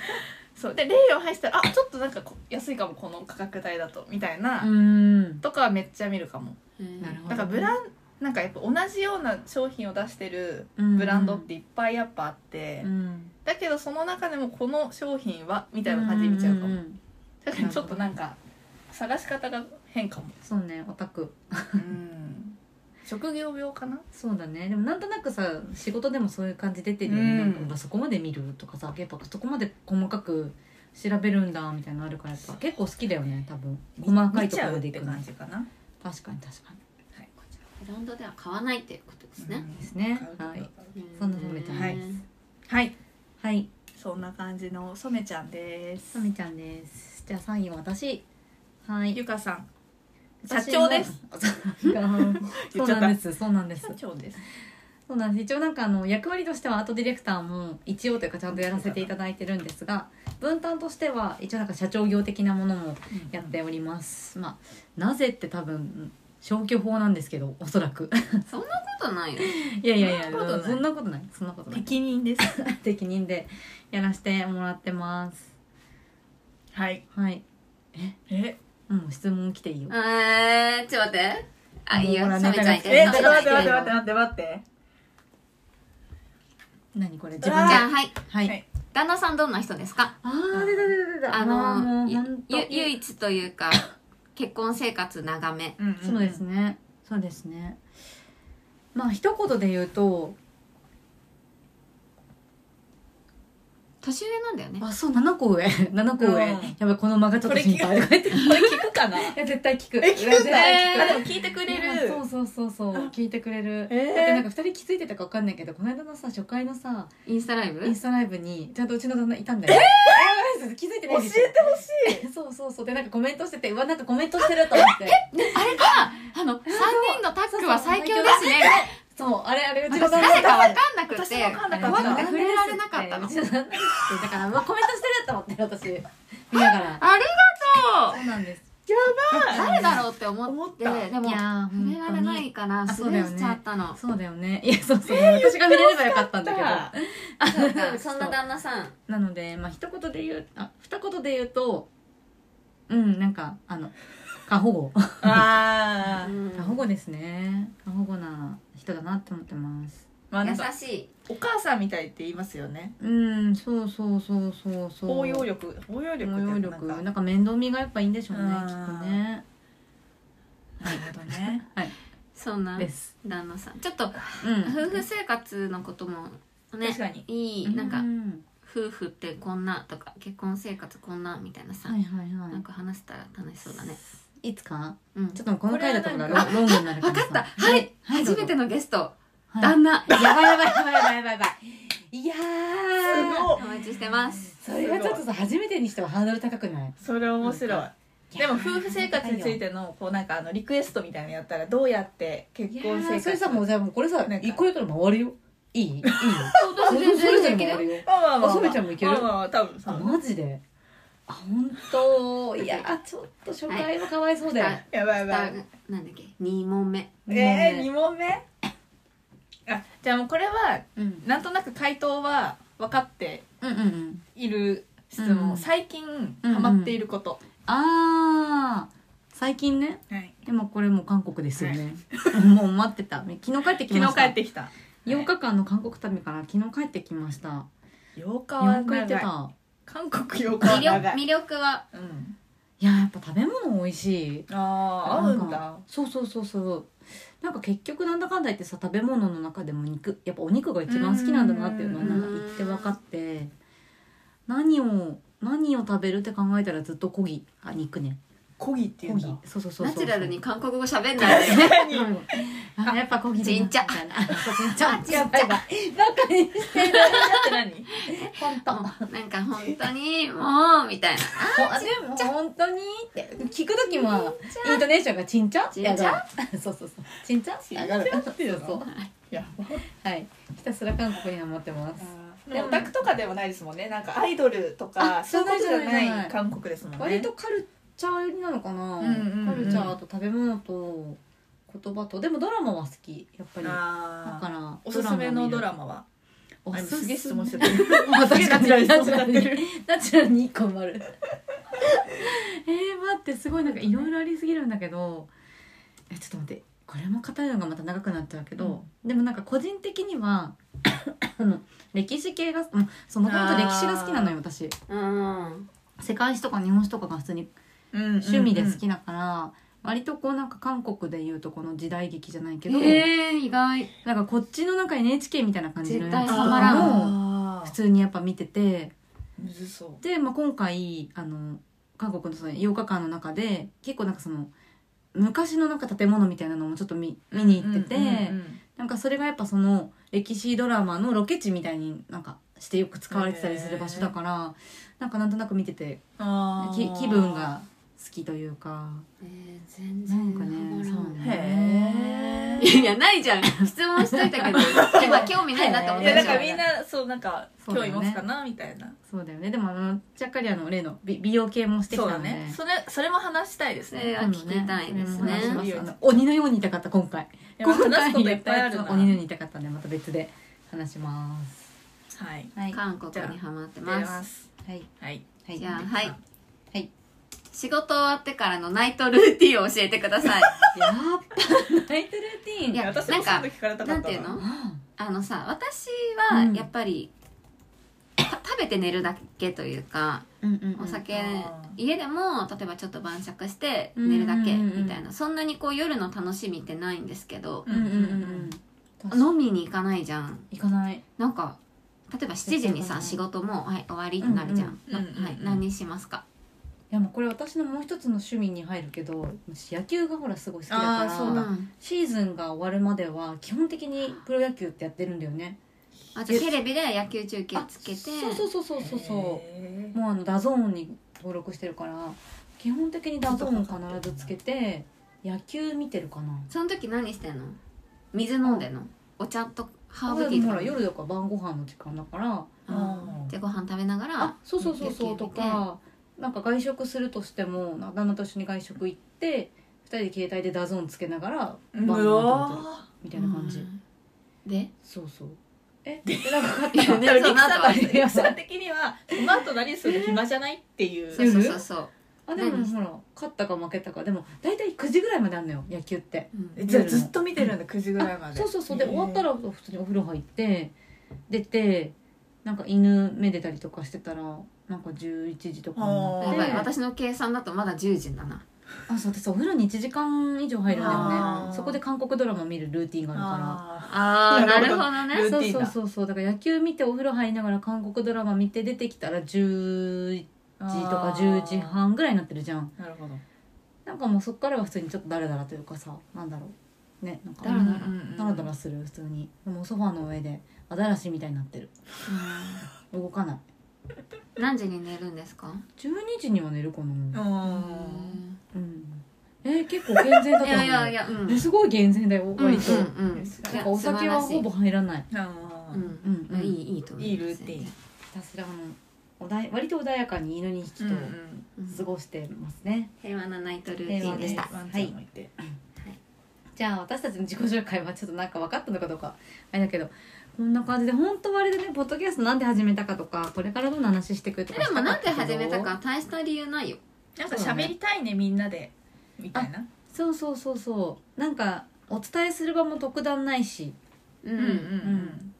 Speaker 3: そうでレーンを入ってたらあちょっとなんかこ安いかもこの価格帯だとみたい
Speaker 2: ー
Speaker 3: うな、
Speaker 2: ん
Speaker 3: とかはめっちゃ見るかも
Speaker 4: うん
Speaker 2: なるほど
Speaker 3: だからブランなんかやっぱ同じような商品を出してるブ
Speaker 2: ブ
Speaker 3: ランドっていっぱいやっぱあって、
Speaker 2: うん
Speaker 3: だけどその中でもこの商品はみたいな感じで見ちゃうかも、
Speaker 2: んんん
Speaker 3: だからちょっとなんか探し方が変かも、
Speaker 2: そうねオタク
Speaker 3: うん、職業病かな
Speaker 2: そうだねでもなんとなくさ仕事でもそういう感じ出てるよね、
Speaker 3: うん
Speaker 2: なんかほらそこまで見るとかさやっぱそこまで細かく調べるんだみたいなのあるからやっぱ結構好きだよね多分細かい
Speaker 3: 見
Speaker 2: と
Speaker 3: ち
Speaker 2: こ
Speaker 3: ゃう
Speaker 2: ろ
Speaker 3: っ
Speaker 2: でい
Speaker 3: て
Speaker 2: くの
Speaker 3: 感じかな
Speaker 2: 確かに確かに
Speaker 4: ブランドでは買わないっていうことですね、
Speaker 2: ですねはいそんな染めちゃんです
Speaker 4: はい
Speaker 3: はい
Speaker 2: はい
Speaker 3: そんな感じの染めちゃんです
Speaker 2: さみちゃんですじゃあ3位は私はい
Speaker 3: ゆかさん社
Speaker 2: 私
Speaker 3: 長
Speaker 2: も
Speaker 3: です
Speaker 2: そうなんですそうなんです
Speaker 3: 社長です
Speaker 2: そうなんです一応なんかあの役割としてはアートディレクターも一応というかちゃんとやらせていただいてるんですが分担としては一応なんか社長業的なものもやっております、まあなぜって多分消去法なんですけどおそらく
Speaker 4: そんなことないよ
Speaker 2: いやいやいや
Speaker 3: そ
Speaker 2: そ
Speaker 3: ん
Speaker 2: んなことないそんなことない
Speaker 3: 適任です
Speaker 2: 適任でやらせてもらってます
Speaker 3: はい
Speaker 2: はい
Speaker 3: え
Speaker 2: うん質問来ていいよ
Speaker 4: えー、ちょっと待ってあいいよ
Speaker 2: もうほら
Speaker 4: 染めちゃんいて染
Speaker 3: え待
Speaker 4: め
Speaker 3: っ
Speaker 4: ち
Speaker 3: て
Speaker 4: ゃんい
Speaker 3: 待
Speaker 4: て
Speaker 3: って待って待って待って
Speaker 2: 何これ自
Speaker 4: じ
Speaker 2: 分で
Speaker 4: ゃあはい
Speaker 2: はい、
Speaker 3: はい
Speaker 4: 旦那さんどんな人ですか
Speaker 2: あー出た出た出た
Speaker 4: あ
Speaker 2: ーも
Speaker 4: の
Speaker 2: う
Speaker 4: ゆ
Speaker 2: 本当
Speaker 4: ゆ唯一というか結婚生活長め
Speaker 3: うんんん
Speaker 2: そうですねそうですねまあ一言で言うと
Speaker 4: 年上なんだよね
Speaker 2: あそう7個 上7個上、
Speaker 3: うん
Speaker 2: やばいこの間がちょっと心配い
Speaker 3: これ聞くかな
Speaker 2: や絶対聞く
Speaker 3: え聞くん
Speaker 2: 絶
Speaker 3: だ、
Speaker 2: 対
Speaker 4: えー
Speaker 3: あでも聞いてくれ
Speaker 2: いやそ
Speaker 3: る
Speaker 2: うそうそうそう聞いてくれる、
Speaker 3: えー
Speaker 2: だってなんか2人気づいてたか分かんないけどこの間のさ初回のさ
Speaker 4: インスタライブ
Speaker 2: インスタライブにちゃんとうちの旦那いたんだよ、えー、気づいてないでしょ
Speaker 3: 教えて
Speaker 2: ほしい そうそうそうでなんかコメントしててうわなんかコメントしてると思って
Speaker 4: あれかあの3人のタッグは最強ですね
Speaker 2: そうあれあれうちの
Speaker 4: 私
Speaker 2: 旦
Speaker 4: 誰
Speaker 2: 那
Speaker 4: か分かんなく
Speaker 3: 私
Speaker 4: て
Speaker 3: も分かんなかっ
Speaker 4: 怖
Speaker 3: た
Speaker 4: くて触れられなかったの
Speaker 2: うちの旦那ですってだからうわコメントしてると思って私見ながら
Speaker 4: ありがと
Speaker 2: そううなんです
Speaker 4: 誰だろうって思
Speaker 3: 思
Speaker 4: っ
Speaker 3: ってた
Speaker 4: でも
Speaker 2: いやー
Speaker 4: 触れられないから
Speaker 2: あ
Speaker 4: ス
Speaker 2: そう
Speaker 4: ル
Speaker 2: だよ
Speaker 4: ー
Speaker 2: ね
Speaker 4: しちゃったの
Speaker 2: そうだよねいやそうそう、私が見れればよかったんだけど
Speaker 4: そうかそんな旦那さん
Speaker 2: なので、まあ、一言で言う、あ、二言で言うと、うん、なんか、あの、過保護。
Speaker 3: あ
Speaker 4: う
Speaker 3: ー
Speaker 4: ん
Speaker 2: 過保護ですね。過保護な人だなって思ってます。
Speaker 3: まあなんか
Speaker 4: 優しい
Speaker 3: お母さんみたいって言いますよね
Speaker 2: うん、そうそうそうそうそう。
Speaker 3: 包容力包容力
Speaker 2: 包容
Speaker 3: ってなん
Speaker 2: 力。
Speaker 3: か
Speaker 2: なんか面倒見がやっぱいいんでしょうね、きっ
Speaker 3: あー
Speaker 2: とね。
Speaker 3: なるほどね
Speaker 4: そんな
Speaker 2: です。
Speaker 4: 旦那さんちょっと
Speaker 2: うん。
Speaker 4: 夫婦生活のこともね
Speaker 3: 確かに
Speaker 4: いいなん
Speaker 2: う
Speaker 4: か
Speaker 2: ん
Speaker 4: 夫婦ってこんなとか結婚生活こんなみたいなさ
Speaker 2: はいはい
Speaker 4: なん
Speaker 2: は
Speaker 4: か話したら楽しそうだね
Speaker 2: い。いつか
Speaker 4: うん
Speaker 2: ちょっとこの回だとほら、
Speaker 3: こ
Speaker 2: ロ
Speaker 3: れは
Speaker 2: ングになる
Speaker 4: 分
Speaker 2: ら
Speaker 4: か
Speaker 2: さ
Speaker 4: ったはい
Speaker 2: はいどう
Speaker 4: 初
Speaker 2: ぞ
Speaker 4: めてのゲスト
Speaker 2: はい
Speaker 4: 旦那
Speaker 2: やばいやばいやばいやばいやばいやばい。いやー。
Speaker 3: すごい
Speaker 4: お待ちしてます
Speaker 2: それはちょっとさ初めてにしてはハードル高くない
Speaker 3: それ面白いでも夫婦生活につい
Speaker 2: て
Speaker 3: てのこうなんかあのリクエストみたいなのやったらどうやって結婚生活
Speaker 2: それさもうじゃあもうこれさ
Speaker 3: なんか
Speaker 2: 一個やから回るよいいいいよ
Speaker 4: 私
Speaker 2: それ
Speaker 4: 全
Speaker 2: それぞ
Speaker 4: 然
Speaker 2: れ
Speaker 4: でき
Speaker 2: 回
Speaker 4: る
Speaker 2: るよ
Speaker 3: まあまあまあ
Speaker 2: あ染ちゃんもいける
Speaker 3: まあまあまあ多分
Speaker 2: あ
Speaker 3: そう
Speaker 2: マジであ本当いやちょっと初回もかわいそうだよ、
Speaker 4: はい
Speaker 3: やばいやば
Speaker 4: だ
Speaker 3: い
Speaker 4: なんだっけ二問目
Speaker 3: えー、2問目あじゃあもうこれは
Speaker 2: うん
Speaker 3: なんとなく回答は分かって
Speaker 2: うんうんうん
Speaker 3: いる質問、
Speaker 2: うん
Speaker 3: 最近
Speaker 2: うんうん
Speaker 3: ハマっていること、
Speaker 2: あー最近ね
Speaker 3: はい、
Speaker 2: でもこれもう韓国ですよね もう待ってた昨日帰ってきまし
Speaker 3: 昨日帰
Speaker 2: た
Speaker 3: ってきた
Speaker 2: 8日間の韓国旅から昨日帰ってきました
Speaker 3: 8日は
Speaker 2: 8日行って
Speaker 3: 長い
Speaker 2: た
Speaker 3: 韓国8日
Speaker 4: 魅
Speaker 3: は
Speaker 4: 力
Speaker 3: 長い、
Speaker 4: 魅力は
Speaker 3: うん、
Speaker 2: いややっぱ食べ物美味しい
Speaker 3: あー合うんだ
Speaker 2: そうそうそうそうなんか結局なんだかんだ言ってさ食べ物の中でも肉やっぱお肉が一番好きなんだなっていうのは
Speaker 3: うん
Speaker 2: なんか言って分かって何を何を食べるって考えたらずっと漕ぎあ肉ね
Speaker 3: コギってい
Speaker 2: 漕
Speaker 3: うん
Speaker 2: ぎ
Speaker 3: だ
Speaker 2: そうそう そうそう
Speaker 4: ナチュラルに韓国語喋んないで
Speaker 2: うんあやっぱ漕ぎだな
Speaker 4: ちんちゃ
Speaker 2: みたいなそうちんちゃ
Speaker 4: ちんちゃ
Speaker 2: バカにしてる
Speaker 3: って何
Speaker 2: 本当
Speaker 4: もうなんか本当にもうみたいな
Speaker 2: あでも本当にって聞く時もイントネーションがちんちゃ
Speaker 4: ちんちゃ
Speaker 2: やだそうそうそうちんちゃ
Speaker 3: ちんちゃ
Speaker 2: やだ
Speaker 3: っていうの
Speaker 2: そうそう
Speaker 3: いや
Speaker 2: はいひたすら韓国にはまってます
Speaker 3: でもオタクとかでもないですもんねなんかアイドルとか
Speaker 2: あ
Speaker 3: そういうことじゃ
Speaker 2: そういうことじゃ
Speaker 3: な
Speaker 2: ない
Speaker 3: い韓国ですもんね
Speaker 2: 割とカルチャー寄りなのかな、
Speaker 3: うんうんうん
Speaker 2: カルチャーと食べ物と言葉とでもドラマは好きやっぱりだ
Speaker 3: あ
Speaker 2: か
Speaker 3: ー
Speaker 2: ら
Speaker 3: おすすめのドラ
Speaker 2: マ
Speaker 3: マは
Speaker 2: お
Speaker 3: あ
Speaker 2: すす
Speaker 3: 今すげ
Speaker 2: め
Speaker 3: え質問して た
Speaker 2: あ確かにナチュラル
Speaker 3: ナ
Speaker 2: に
Speaker 3: チュラル
Speaker 2: ナチュラルに1個丸えー、待ってすごいなんかいろいろありすぎるんだけどえちょっと待ってこれも語るのがまた長くなっちゃうけど、でもなんか個人的には あの歴史系がもともと歴史が好きなのよ私
Speaker 4: うん
Speaker 2: 世界史とか日本史とかが普通に
Speaker 3: うん
Speaker 2: 趣味で好きだから、割とこうなんか韓国でいうとこの時代劇じゃないけど、
Speaker 4: えー、意外
Speaker 2: なんかこっちの中 NHK みたいな感じのやつ
Speaker 4: 絶
Speaker 2: と
Speaker 4: 対ハマらん
Speaker 2: かも
Speaker 3: あ
Speaker 2: 普
Speaker 3: ー
Speaker 2: 通にやっぱ見てて
Speaker 3: むずそ
Speaker 2: で、まあ、今回あの韓国のその8日間の中で結構なんかその昔のなんか建物みたいなのもちょっと見
Speaker 3: う
Speaker 2: 見に行ってて、
Speaker 3: うんうんうん
Speaker 2: なんかそれがやっぱその歴史ドラマのロケ地みたいになんかしてよく使われてたりする場所だからなんかなんとなく見てて
Speaker 3: あ
Speaker 2: き
Speaker 3: ー
Speaker 2: 気分が好きというか
Speaker 4: えー、全
Speaker 2: な
Speaker 4: 然
Speaker 2: ん
Speaker 4: ハ
Speaker 2: か
Speaker 4: マ
Speaker 2: ね
Speaker 4: ら
Speaker 2: そ
Speaker 4: ん
Speaker 2: う
Speaker 3: へ
Speaker 2: ね
Speaker 3: え
Speaker 4: いやないじゃん 質問しといたけど今興味ないなって思っ
Speaker 3: い
Speaker 4: たで
Speaker 3: やな
Speaker 4: し
Speaker 3: ん
Speaker 4: ょ
Speaker 3: かみんなそうなんか
Speaker 2: そうだ
Speaker 3: 興味
Speaker 2: よね
Speaker 3: 持つかなみたいな
Speaker 2: そうだよねでもあのちゃっかりあの例の美美容系もしてき
Speaker 3: そう
Speaker 2: た
Speaker 3: だ
Speaker 2: ので
Speaker 3: ねそれそれも話したいです
Speaker 4: え
Speaker 3: ね
Speaker 4: ー
Speaker 2: 今度
Speaker 4: 聞きたいですね
Speaker 2: それも話しますあの鬼のように痛かった今回
Speaker 3: いやもう話すこといっぱいある
Speaker 2: 今
Speaker 3: な
Speaker 2: 回鬼のように痛かったんでまた別で話します
Speaker 3: はい
Speaker 2: はい
Speaker 4: 韓国にハマって
Speaker 3: 出
Speaker 4: ます
Speaker 3: ます
Speaker 2: はい
Speaker 3: はい
Speaker 2: はい
Speaker 4: じゃあはい
Speaker 2: はい
Speaker 4: 仕事終わってからのナイトルーティンを教えてください
Speaker 2: やっぱナイトルーティーン
Speaker 4: いや
Speaker 3: 私
Speaker 4: な
Speaker 3: も
Speaker 4: ん
Speaker 3: そ
Speaker 4: か
Speaker 3: の時からたか
Speaker 4: な
Speaker 3: った
Speaker 4: んていうの
Speaker 2: あ
Speaker 4: あのさ私
Speaker 2: う
Speaker 4: は
Speaker 2: ん
Speaker 4: やっぱり、た食べて寝るだけというか
Speaker 2: うんうんうん
Speaker 4: お酒、
Speaker 3: あー
Speaker 4: 家でも例えばちょっと晩酌して寝るだけ
Speaker 2: うんうんうんうん
Speaker 4: みたいなそんなにこう夜の楽しみってないんですけど
Speaker 2: う
Speaker 3: う、
Speaker 2: んうんうんうん
Speaker 4: 飲みに行かないじゃん
Speaker 2: 行かない
Speaker 4: なんか例えば7時にさ仕事もう、はい、終わりってなるじゃん、
Speaker 3: うんうんうんうん
Speaker 4: はい、何にしますか
Speaker 2: いやもうこれ私のもう一つの趣味に入るけど私野球がほらすごい好きだ
Speaker 3: あ
Speaker 2: か
Speaker 3: ーそう
Speaker 2: ら
Speaker 3: だ
Speaker 4: ん
Speaker 2: シーズンが終わるまでは基本的にプロ野球ってやってるんだよね
Speaker 4: あとテレビで野球中継つけて
Speaker 2: あそうそうそうそうそう
Speaker 3: へ
Speaker 2: も
Speaker 3: ー
Speaker 2: うあのダゾーンに登録してるから基本的にダゾーンを必ずつけて野球見てるかな
Speaker 4: その時何してんの水飲んでんのお茶とハーブティ
Speaker 2: でも
Speaker 4: ーと
Speaker 2: ほ
Speaker 4: から
Speaker 2: 夜だから晩ご飯の時間だから
Speaker 4: あーでご飯食べながら
Speaker 2: あそうそうそうそ
Speaker 4: 野
Speaker 2: う
Speaker 4: 球
Speaker 2: と
Speaker 4: 見て
Speaker 2: かなんか外食するとしてもな旦那と一緒に外食行って2人で携帯でダゾーンつけながら晩
Speaker 3: う
Speaker 2: ご飯食べてる
Speaker 3: わ
Speaker 2: みたいな感じ、
Speaker 4: うんで
Speaker 2: そうそうえなんか買っ
Speaker 4: いや
Speaker 2: た
Speaker 4: でも そ
Speaker 3: でも
Speaker 4: の後は
Speaker 3: リクさん的にはその後何する暇じゃないっていう
Speaker 4: そうそうそうそう、
Speaker 2: あでも
Speaker 4: 何
Speaker 2: ほら勝ったか負けたかでも大体9時ぐらいまであるのよ野球って
Speaker 4: うん
Speaker 2: え
Speaker 3: じゃあずっと見てるんだ9時ぐらいまで
Speaker 2: そうそうそうで
Speaker 3: へー
Speaker 2: 終わったら普通にお風呂入って出てなんか犬めでたりとかしてたらなんか11時とかにな
Speaker 3: あ
Speaker 2: っ
Speaker 4: や
Speaker 2: て
Speaker 4: ばい
Speaker 3: で
Speaker 4: 私の計算だとまだ10時だな
Speaker 2: あそう私お風呂に1時間以上入るんだよ
Speaker 3: あー
Speaker 2: ねそこで韓国ドラマ見るルーティンがあるから。
Speaker 3: あ
Speaker 4: あ
Speaker 3: ー
Speaker 4: ー
Speaker 3: な
Speaker 4: な
Speaker 3: る
Speaker 4: る
Speaker 3: ほ
Speaker 4: ほ
Speaker 3: ど
Speaker 4: ど
Speaker 2: そ
Speaker 4: ね
Speaker 2: う
Speaker 3: ルーティン
Speaker 2: そう
Speaker 3: だ
Speaker 2: そうそうだから野球見てお風呂入りながら韓国ドラマ見て出てきたら10時
Speaker 3: ー
Speaker 2: とか10時半ぐらいになってるじゃん
Speaker 3: なるほど
Speaker 2: なんかもうそっからは普通にちょっとダラダラというかさなんだろうねなんか
Speaker 4: ダラダラ
Speaker 2: ダラダラする普通にでもソファーの上でアザラシみたいになってる動かない
Speaker 4: 何時に寝るんですか
Speaker 2: 12時には寝るかな
Speaker 3: うん
Speaker 2: うんえー結構健全だと
Speaker 4: い
Speaker 2: 思う
Speaker 4: やいやいやうん
Speaker 2: えすごい健全だよ割と、
Speaker 4: うんうんうん
Speaker 3: い
Speaker 2: なん
Speaker 3: や
Speaker 2: かお酒はほぼ入らない
Speaker 3: あ
Speaker 4: う
Speaker 3: ー
Speaker 4: ん、
Speaker 2: うん
Speaker 4: いいいいと思い
Speaker 3: いい
Speaker 4: ます
Speaker 3: ルーティン
Speaker 2: ひたすらあのおだい割と穏やかに犬2匹
Speaker 3: うん
Speaker 2: と
Speaker 3: うん
Speaker 2: 過ごしてますね、
Speaker 4: 平和なナイトルーティンでした
Speaker 2: 平和
Speaker 3: ワンちゃんもいて
Speaker 2: じゃあ私たちの自己紹介はちょっとなんか分かったのかどうかあれだけどこんな感じで本当はあれでねポッドキャストなんで始めたかとかこれからどんな話していくと
Speaker 4: え
Speaker 2: かした
Speaker 4: でも
Speaker 2: か
Speaker 4: な
Speaker 2: っ
Speaker 4: んで
Speaker 2: たけど
Speaker 4: 始めたか大した理由ないよ
Speaker 3: なんか喋りたいねみんなでみたいな
Speaker 2: そうそうそうそうなんかお伝えする場も特段ないし
Speaker 4: う
Speaker 3: うんんうん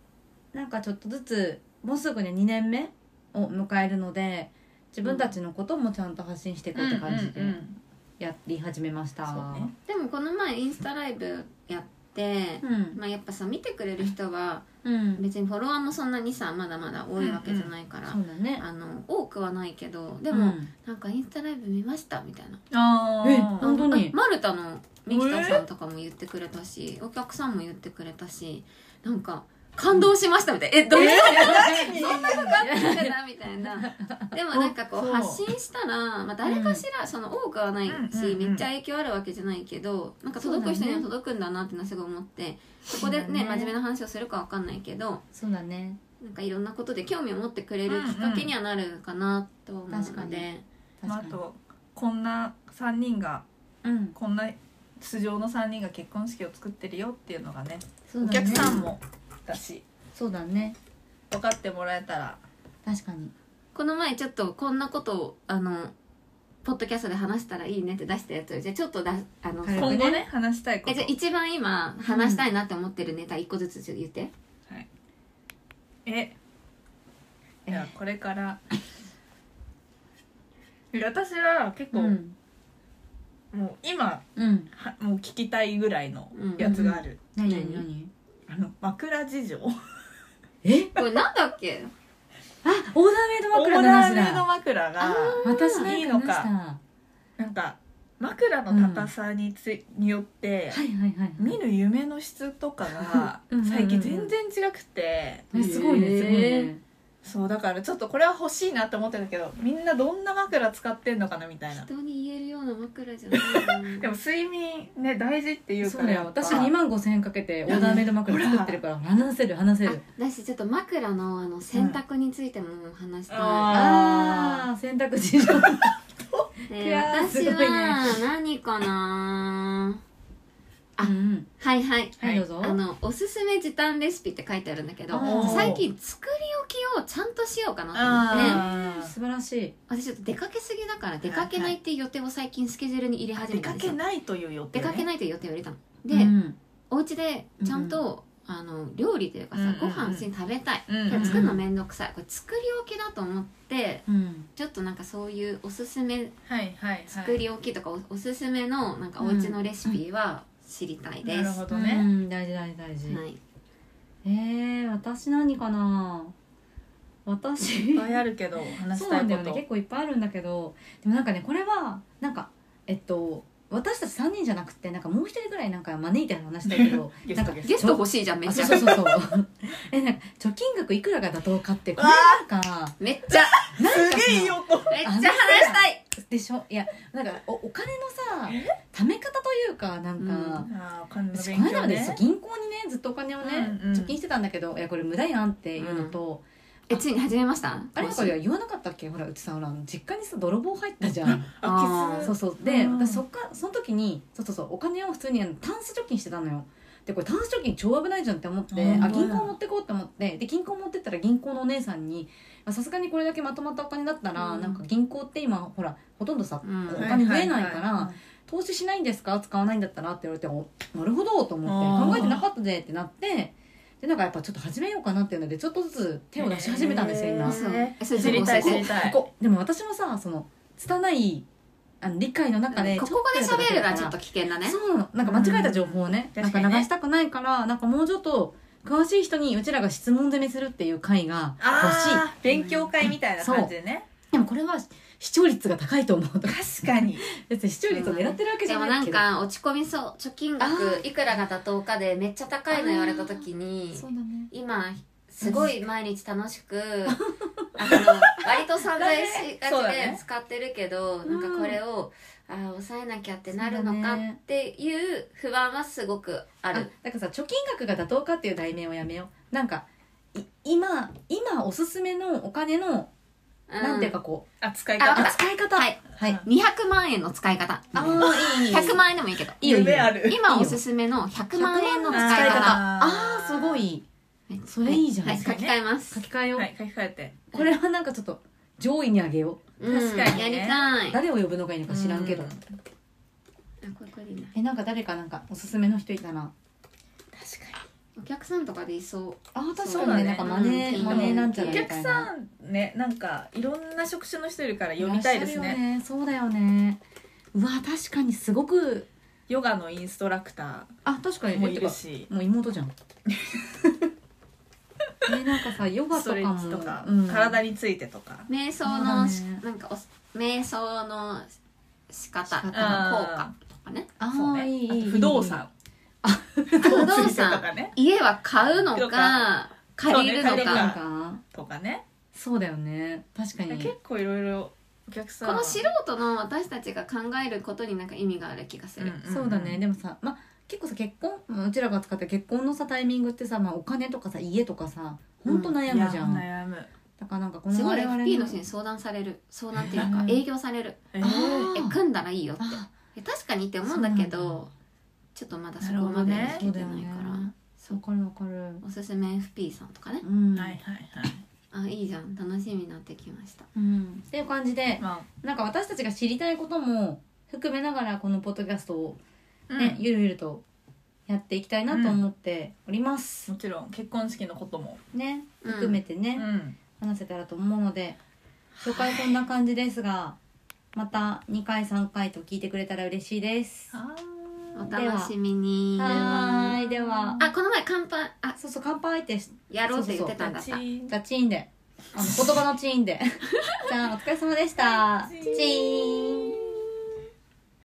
Speaker 2: なんかちょっとずつもうすぐね2年目を迎えるので自分たちのこともちゃんと発信していこうって感じで
Speaker 3: うんうんうん
Speaker 2: やり始めました、
Speaker 3: そうね
Speaker 4: でもこの前インスタライブやって、
Speaker 2: うん
Speaker 4: まあやっぱさ見てくれる人は
Speaker 2: うん
Speaker 4: 別にフォロワーもそんなにさまだまだ多いわけじゃないから、
Speaker 2: そうだね
Speaker 4: あの多くはないけどで
Speaker 2: で
Speaker 4: も、なんかインスタライブ見ましたみたいな
Speaker 3: あー
Speaker 2: え本当に
Speaker 4: あマルタのミキタさんとかも言ってくれたし、お客さんも言ってくれたしなんか感動しましたみたいな、えどういう ことそんなことあったんかなみたいなでもなんかこ
Speaker 3: そうう
Speaker 4: 発信したら、まあ、誰かしら、その多くはないし、
Speaker 3: うんうんうん
Speaker 4: めっちゃ影響あるわけじゃないけどなんか届く人には届くんだなってのはすごい思ってそこで
Speaker 2: そうだ
Speaker 4: ね
Speaker 2: ね
Speaker 4: 真面目な話をするかわかんないけど
Speaker 2: そうだね
Speaker 4: なんかいろんなことで興味を持ってくれるきっかけにはなるかなと思うので、
Speaker 2: 確かに
Speaker 3: ま
Speaker 2: 確
Speaker 3: あ、あ
Speaker 2: かに、
Speaker 3: とこんな3人が
Speaker 2: うん
Speaker 3: こんな素性の3人が結婚式を作ってるよっていうのがね
Speaker 2: そう
Speaker 3: お
Speaker 2: だね
Speaker 3: 客さんもだし
Speaker 2: そうだね
Speaker 3: 分かってもらえたら
Speaker 2: 確かに
Speaker 4: この前ちょっとこんなことをあのポッドキャストで話したらいいねって出したやつをじゃあちょっとだあの、
Speaker 2: はい
Speaker 3: 今
Speaker 2: そうね
Speaker 3: 後ね話したいこ
Speaker 4: え
Speaker 3: と
Speaker 4: じゃあ一番今話したいなって思ってるネタ一個ずつちょっと言って、
Speaker 3: えいやこれ からいや私は結構、
Speaker 2: うん
Speaker 3: もう今
Speaker 2: うん
Speaker 3: はもう聞きたいぐらいのやつがある、
Speaker 2: 何
Speaker 4: 何
Speaker 2: 何何
Speaker 3: あの枕事情
Speaker 2: え
Speaker 4: これなんだっけ
Speaker 2: あオーダーメイド
Speaker 3: オ
Speaker 2: 枕
Speaker 3: ー
Speaker 2: の
Speaker 3: ダー
Speaker 2: 話
Speaker 3: メイド
Speaker 2: だ
Speaker 3: 枕が
Speaker 2: 私なんか話した
Speaker 3: いいのかなんか枕の高さについ、によって、
Speaker 2: はいはいはいはい
Speaker 3: 見る夢の質とかが
Speaker 2: うんうんうんうん
Speaker 3: 最近全然違くて
Speaker 2: えすごいねすごいね
Speaker 3: そうだからちょっとこれは欲しいなって思ってたけどみんなどんな枕使ってんのかなみたいな
Speaker 4: 人に言えるような枕じゃない
Speaker 3: でも睡眠ね大事っていう
Speaker 2: そ
Speaker 3: か
Speaker 2: う
Speaker 3: ら
Speaker 2: だよ私2万5千円かけてオーダーメイド枕作ってるから話せる話せる
Speaker 4: あだしちょっと枕のあの洗濯についても話したい、
Speaker 2: ああー洗濯事情
Speaker 4: えー
Speaker 2: いやー
Speaker 4: 私
Speaker 2: すごい
Speaker 4: は
Speaker 2: ね
Speaker 4: 何かなあ
Speaker 2: うん
Speaker 4: はいはい
Speaker 2: はいどうぞ
Speaker 4: あのおすすめ時短レシピって書いてあるんだけど
Speaker 2: あー
Speaker 4: 最近作り置きをちゃんとしようかなと思って
Speaker 3: あ
Speaker 2: 素晴らしい
Speaker 4: 私ちょっと出かけすぎだから出かけないっていう予定を最近スケジュールに入れ
Speaker 3: ー
Speaker 4: 始
Speaker 3: 出
Speaker 4: めた
Speaker 3: か
Speaker 4: んです
Speaker 3: け
Speaker 4: よ
Speaker 3: ないという予定
Speaker 4: 出かけ
Speaker 3: い
Speaker 4: ないという予定を入れたので、
Speaker 2: うん
Speaker 4: お家でちゃんと、あの料理というかさ、
Speaker 3: うんうんうん
Speaker 4: ご飯普通に食べたい、
Speaker 3: うん
Speaker 4: けど作るのめんどくさいこれ作り置きだと思って
Speaker 2: うん
Speaker 4: ちょっとなんかそういうおすすめ
Speaker 3: はいはいはい
Speaker 4: 作り置きとかお,、すすめのなんかお家のレシピは知りたいで
Speaker 3: なる
Speaker 4: す、
Speaker 3: ほ
Speaker 4: は
Speaker 3: ど
Speaker 2: う
Speaker 3: ね、
Speaker 2: ん大事大事大事
Speaker 4: い、
Speaker 2: えー私何かな私
Speaker 3: いっぱいあるけど話
Speaker 2: そ
Speaker 3: し
Speaker 2: う
Speaker 3: た
Speaker 2: ないんだ
Speaker 3: こ
Speaker 2: よね
Speaker 3: と、
Speaker 2: 結構いっぱいあるんだけどでもなんかねこれはなんかえっと私たち3人じゃなくてなんかもう一人ぐらいなんか招いて話したいけど
Speaker 3: ゲスト
Speaker 2: なんか
Speaker 3: ゲ
Speaker 4: ゲスト欲しいじゃんめ
Speaker 2: あ
Speaker 4: っち
Speaker 2: そう
Speaker 4: ゃ
Speaker 2: そうそうそう えなんか貯金額いくらが妥当かってこれ
Speaker 3: わ
Speaker 2: なんか
Speaker 4: めっちゃ
Speaker 2: なんかさ
Speaker 3: すげえいい音
Speaker 4: めっちゃ話したい
Speaker 2: でしょいやなんかおお金のさ貯め方というかなんか、
Speaker 4: うん
Speaker 3: あーお金の
Speaker 2: 私
Speaker 3: 勉
Speaker 2: この間
Speaker 3: 強
Speaker 2: までそう
Speaker 3: ね
Speaker 2: 銀行にねずっとお金をね、
Speaker 3: うんうん
Speaker 2: 貯金してたんだけどいやこれ無駄やんっていうのと、
Speaker 4: えついに始めました
Speaker 2: あれなんか言わなかったっけほらうちさほらあの実家にさ泥棒入ったじゃん
Speaker 3: あ
Speaker 4: あー
Speaker 2: そう
Speaker 3: キ
Speaker 2: そうで
Speaker 3: うん
Speaker 2: 私そっかその時にそうそうそうお金を普通にあのタンス貯金してたのよでこれタンス貯金超危ないじゃんって思って
Speaker 3: うん
Speaker 2: あ銀行持ってこうって思ってで銀行持ってったら銀行のお姉さんにまあさすがにこれだけまとまったお金だったら、
Speaker 4: うん
Speaker 2: なんか銀行って今ほらほとんどさ、
Speaker 4: うん
Speaker 2: お金増えないから、
Speaker 3: はいはいはい
Speaker 2: 投資しないんですか使わないんだったらって言われておなるほどと思
Speaker 3: あ
Speaker 2: っ
Speaker 3: ー
Speaker 2: て考えてなかったぜってなってでなんかやっぱちょっと始めようかなっていうのでちょっとずつ手を出し始めたんですよ今
Speaker 3: へー。
Speaker 4: そう
Speaker 3: ね
Speaker 4: えそれ
Speaker 3: 知りたい
Speaker 4: こ
Speaker 3: 知
Speaker 4: こ
Speaker 3: りたい
Speaker 2: ここでも私もさその拙いあの理解の中で
Speaker 4: ここで喋るのはちょっと
Speaker 2: ね
Speaker 4: 危険だね
Speaker 2: そうなのなんか間違えた情報をね,、
Speaker 3: うん
Speaker 2: なんか
Speaker 3: 確かにね
Speaker 2: 流したくないからなんかもうちょっと詳しい人にうちらが質問攻めするっていう回が欲しい
Speaker 3: あー勉強会みたいな感じでね
Speaker 2: でもこれは視聴率が高いと思うと か
Speaker 3: 確かに
Speaker 2: 別に視聴率を狙ってるわけじ
Speaker 4: で
Speaker 2: ゃ
Speaker 4: も
Speaker 2: な
Speaker 4: ないん
Speaker 2: けど
Speaker 4: か落ち込みそう貯金額いくらが妥当かでめっちゃ高いの言われた時に
Speaker 2: そうだね
Speaker 4: 今すごい毎日楽しくあの割と散財しが
Speaker 3: そう
Speaker 4: ち
Speaker 3: だ
Speaker 4: で
Speaker 3: ね
Speaker 4: 使ってるけど、
Speaker 2: ん
Speaker 4: なんかこれをあー抑えなきゃってなる
Speaker 2: そ
Speaker 4: の
Speaker 2: う
Speaker 4: か
Speaker 2: だ
Speaker 4: っ
Speaker 2: ね
Speaker 4: ていう不安はすごくあ
Speaker 2: あ
Speaker 4: る。
Speaker 2: だからさ貯金額が妥当かっていう題名をやめようなんかい今今おすすめのお金の、
Speaker 4: うん
Speaker 2: なんていうかこう
Speaker 3: あ使い
Speaker 4: あわかっ
Speaker 3: 方
Speaker 4: た
Speaker 2: 扱い方
Speaker 4: はい、
Speaker 2: はい、
Speaker 4: 200万円の使い方
Speaker 2: ああいいいいいい
Speaker 4: 100万円でもいいけど
Speaker 2: いいよいいよ
Speaker 3: 夢ある
Speaker 4: 今おすすめの100万円の使い
Speaker 3: 100
Speaker 4: 方
Speaker 3: 万
Speaker 2: あーすごいそれいいじゃん
Speaker 4: はい、書き換えます
Speaker 2: 書き換えよう、
Speaker 3: はい書き換えて
Speaker 2: これはなんかちょっと上位にあげよ
Speaker 4: うん
Speaker 3: 確かにね
Speaker 4: やりた
Speaker 2: う
Speaker 4: い
Speaker 2: 誰を呼ぶのがいいのか知らんけど、
Speaker 3: う
Speaker 4: あこれこれでいいな
Speaker 2: えなんか誰かなんかおすすめの人いたな
Speaker 4: お客さんとかでいそう
Speaker 2: あー確
Speaker 3: そう
Speaker 2: か
Speaker 3: だ
Speaker 2: にね
Speaker 3: ね
Speaker 2: なんかマネ
Speaker 4: う
Speaker 2: ー
Speaker 4: ん
Speaker 2: マネーなんじゃ
Speaker 3: 確
Speaker 2: ない
Speaker 3: か
Speaker 2: みた
Speaker 3: にお客
Speaker 2: いな
Speaker 3: さんねなんかいろんな職種の人いるから読み
Speaker 2: らったしゃる
Speaker 3: い
Speaker 2: よ
Speaker 3: ですね
Speaker 2: そうだよねうわ確かにすごく
Speaker 3: ヨガのインストラクタ
Speaker 2: あ確か
Speaker 3: ー
Speaker 2: に
Speaker 3: も
Speaker 2: え
Speaker 3: い
Speaker 2: てか
Speaker 3: るし
Speaker 2: もう妹じゃんえなんかさヨガ
Speaker 3: ス
Speaker 2: とか
Speaker 3: トレッチ
Speaker 2: も
Speaker 3: とか
Speaker 2: うん、
Speaker 3: 体についてとか
Speaker 4: 瞑想のし、なんかおす瞑想の仕方
Speaker 2: 仕方
Speaker 4: とか効果とかね
Speaker 2: あ
Speaker 3: そう
Speaker 2: ー
Speaker 3: ね
Speaker 2: いい
Speaker 3: あ
Speaker 2: いい
Speaker 3: と
Speaker 2: いい
Speaker 3: 不動産
Speaker 4: 不
Speaker 3: 不
Speaker 4: 動
Speaker 3: 動産と
Speaker 4: 産
Speaker 3: かね
Speaker 4: 家は買うの
Speaker 3: と
Speaker 4: か
Speaker 3: か
Speaker 4: 借りるの
Speaker 3: そうね借りる
Speaker 4: か
Speaker 2: なん
Speaker 3: の
Speaker 2: か
Speaker 3: とかね
Speaker 2: そうだよね確かに
Speaker 3: 結構いろいろお客さん
Speaker 4: この素人の私たちが考えることになんか意味がある気がする、
Speaker 3: んん
Speaker 2: そうだねでもさまあ結構さ結婚まあうちらが使ってる結婚のさタイミングってさ、まあ、お金とかさ家とかさほんと悩むじゃん、
Speaker 3: いや悩む
Speaker 2: だからなんかこの
Speaker 4: すごい
Speaker 2: 我々
Speaker 4: FP の人に相談される相談っていうか
Speaker 3: うん
Speaker 4: 営業される
Speaker 3: え
Speaker 2: あ
Speaker 4: え組んだらいいよって
Speaker 2: あ
Speaker 4: え確かにって思うんだ
Speaker 2: そう
Speaker 4: け
Speaker 2: なん
Speaker 4: ど
Speaker 2: だ
Speaker 4: ちょっとまだそこまで
Speaker 3: なる
Speaker 4: 聞
Speaker 3: ほ
Speaker 2: そ
Speaker 4: け
Speaker 2: う
Speaker 4: て
Speaker 2: だ
Speaker 4: な
Speaker 2: よ
Speaker 4: い
Speaker 2: ね
Speaker 4: から、
Speaker 2: わかるわかる
Speaker 4: おすすめ FP さんとかね
Speaker 2: うん、
Speaker 3: はいはいはい
Speaker 4: あいいじゃん楽しみになってきました
Speaker 2: うん、っていう感じで
Speaker 3: ま
Speaker 2: なんか私たちが知りたいことも含めながらこのポッドキャストを
Speaker 3: あ
Speaker 2: ね、
Speaker 3: うん
Speaker 2: ゆるゆるとやっていきたいなと思っております、
Speaker 3: もちろん結婚式のことも
Speaker 2: ね
Speaker 4: うん
Speaker 2: 含めてね、
Speaker 3: うん
Speaker 2: 話せたらと思うので紹介こんな感じですが、また2回3回と聞いてくれたら嬉しいです
Speaker 3: あ
Speaker 4: お
Speaker 3: ー
Speaker 4: 楽しみに
Speaker 2: はーいでは
Speaker 4: あこの前乾杯あ
Speaker 2: そうそう乾杯ってし
Speaker 4: やろうって言ってたんだ
Speaker 3: ガ
Speaker 4: っ
Speaker 3: チ
Speaker 4: た
Speaker 3: ー ン
Speaker 2: じゃあチーンであの言葉のチーンでじゃあお疲れ様でしたチーン